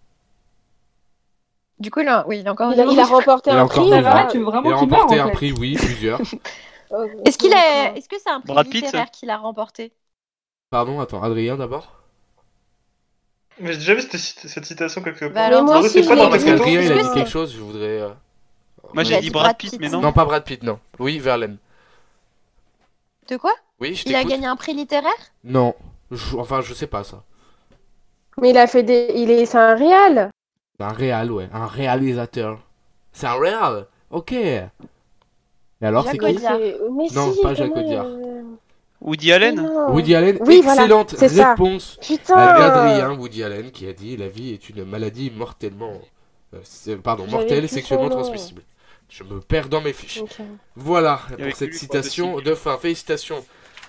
[SPEAKER 3] Du coup, il a- oui, il est encore
[SPEAKER 5] Il a,
[SPEAKER 3] vivant.
[SPEAKER 5] il a remporté
[SPEAKER 1] Il a
[SPEAKER 5] un
[SPEAKER 1] encore
[SPEAKER 5] prix.
[SPEAKER 1] vivant.
[SPEAKER 6] Ah, voilà,
[SPEAKER 5] là.
[SPEAKER 6] tu veux
[SPEAKER 1] Il a
[SPEAKER 6] vraiment qu'il meure, en
[SPEAKER 1] remporté un
[SPEAKER 6] fait.
[SPEAKER 1] prix, oui, plusieurs.
[SPEAKER 5] Euh,
[SPEAKER 3] Est-ce qu'il
[SPEAKER 5] euh,
[SPEAKER 3] est Est-ce que c'est un prix
[SPEAKER 2] Brad Pitt,
[SPEAKER 3] littéraire qu'il a remporté
[SPEAKER 1] Pardon, attends, Adrien d'abord.
[SPEAKER 4] Mais j'ai déjà vu cette, cit- cette citation quelque part.
[SPEAKER 3] Bah alors,
[SPEAKER 5] moi
[SPEAKER 4] Laurie,
[SPEAKER 5] aussi,
[SPEAKER 4] c'est quoi
[SPEAKER 5] je
[SPEAKER 4] dans
[SPEAKER 5] l'ai
[SPEAKER 4] ta
[SPEAKER 1] Parce
[SPEAKER 5] vu.
[SPEAKER 4] photo
[SPEAKER 1] qu'Adrien, il a
[SPEAKER 5] Est-ce
[SPEAKER 1] dit
[SPEAKER 5] que-
[SPEAKER 1] quelque chose, je voudrais. euh, euh,
[SPEAKER 2] Moi j'ai dit Brad Pitt, mais non.
[SPEAKER 1] Non, pas Brad Pitt, non. Oui, Verlaine.
[SPEAKER 3] De quoi
[SPEAKER 1] Oui, je
[SPEAKER 3] Il a
[SPEAKER 1] t'écoute.
[SPEAKER 3] gagné un prix littéraire
[SPEAKER 1] Non. Je- Enfin, je sais pas ça.
[SPEAKER 5] Mais euh, il a fait des. Il est. C'est un réal.
[SPEAKER 1] C'est un réal, ouais. Un réalisateur. C'est un réal Ok. Et alors, c'est
[SPEAKER 3] Jacques
[SPEAKER 1] qui
[SPEAKER 3] Audiard.
[SPEAKER 5] Mais
[SPEAKER 1] Non,
[SPEAKER 5] si,
[SPEAKER 1] pas
[SPEAKER 5] comment
[SPEAKER 1] Jacques
[SPEAKER 5] il-
[SPEAKER 1] Audiard.
[SPEAKER 2] Woody Allen
[SPEAKER 5] Non.
[SPEAKER 1] Woody Allen,
[SPEAKER 5] Oui, voilà,
[SPEAKER 1] excellente
[SPEAKER 5] c'est ça. euh,
[SPEAKER 1] réponse
[SPEAKER 5] Putain
[SPEAKER 1] à Gadrien, Woody Allen, qui a dit La vie est une maladie mortellement. euh, c'est- pardon,
[SPEAKER 5] J'avais
[SPEAKER 1] mortelle,
[SPEAKER 5] plus son
[SPEAKER 1] sexuellement
[SPEAKER 5] nom.
[SPEAKER 1] transmissible. Je me perds dans mes fiches.
[SPEAKER 5] Ok.
[SPEAKER 1] Voilà
[SPEAKER 2] y avait
[SPEAKER 1] pour
[SPEAKER 2] que
[SPEAKER 1] cette
[SPEAKER 2] lui,
[SPEAKER 1] citation
[SPEAKER 2] quoi,
[SPEAKER 1] de fin. Félicitations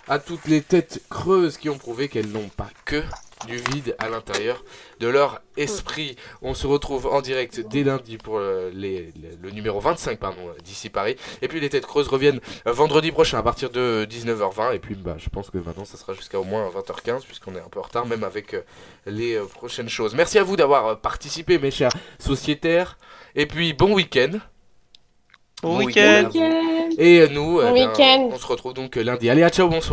[SPEAKER 1] à toutes les têtes creuses qui ont prouvé qu'elles n'ont pas que du vide à l'intérieur de leur esprit. On se retrouve en direct dès lundi pour euh, les- les- le numéro 25 pardon euh, d'ici Paris. Et puis les têtes creuses reviennent euh, vendredi prochain à partir de 19h20. Et puis bah, je pense que maintenant ça sera jusqu'à au moins 20h15 puisqu'on est un peu en retard même avec euh, les euh, prochaines choses. Merci à vous d'avoir euh, participé mes chers sociétaires. Et puis bon week-end.
[SPEAKER 2] Bon
[SPEAKER 1] Bon
[SPEAKER 2] week-end
[SPEAKER 1] week-end. Et ben, nous, eh
[SPEAKER 5] Bon
[SPEAKER 1] ben,
[SPEAKER 5] week-end.
[SPEAKER 1] on se retrouve donc lundi. Allez, à ciao, bonsoir.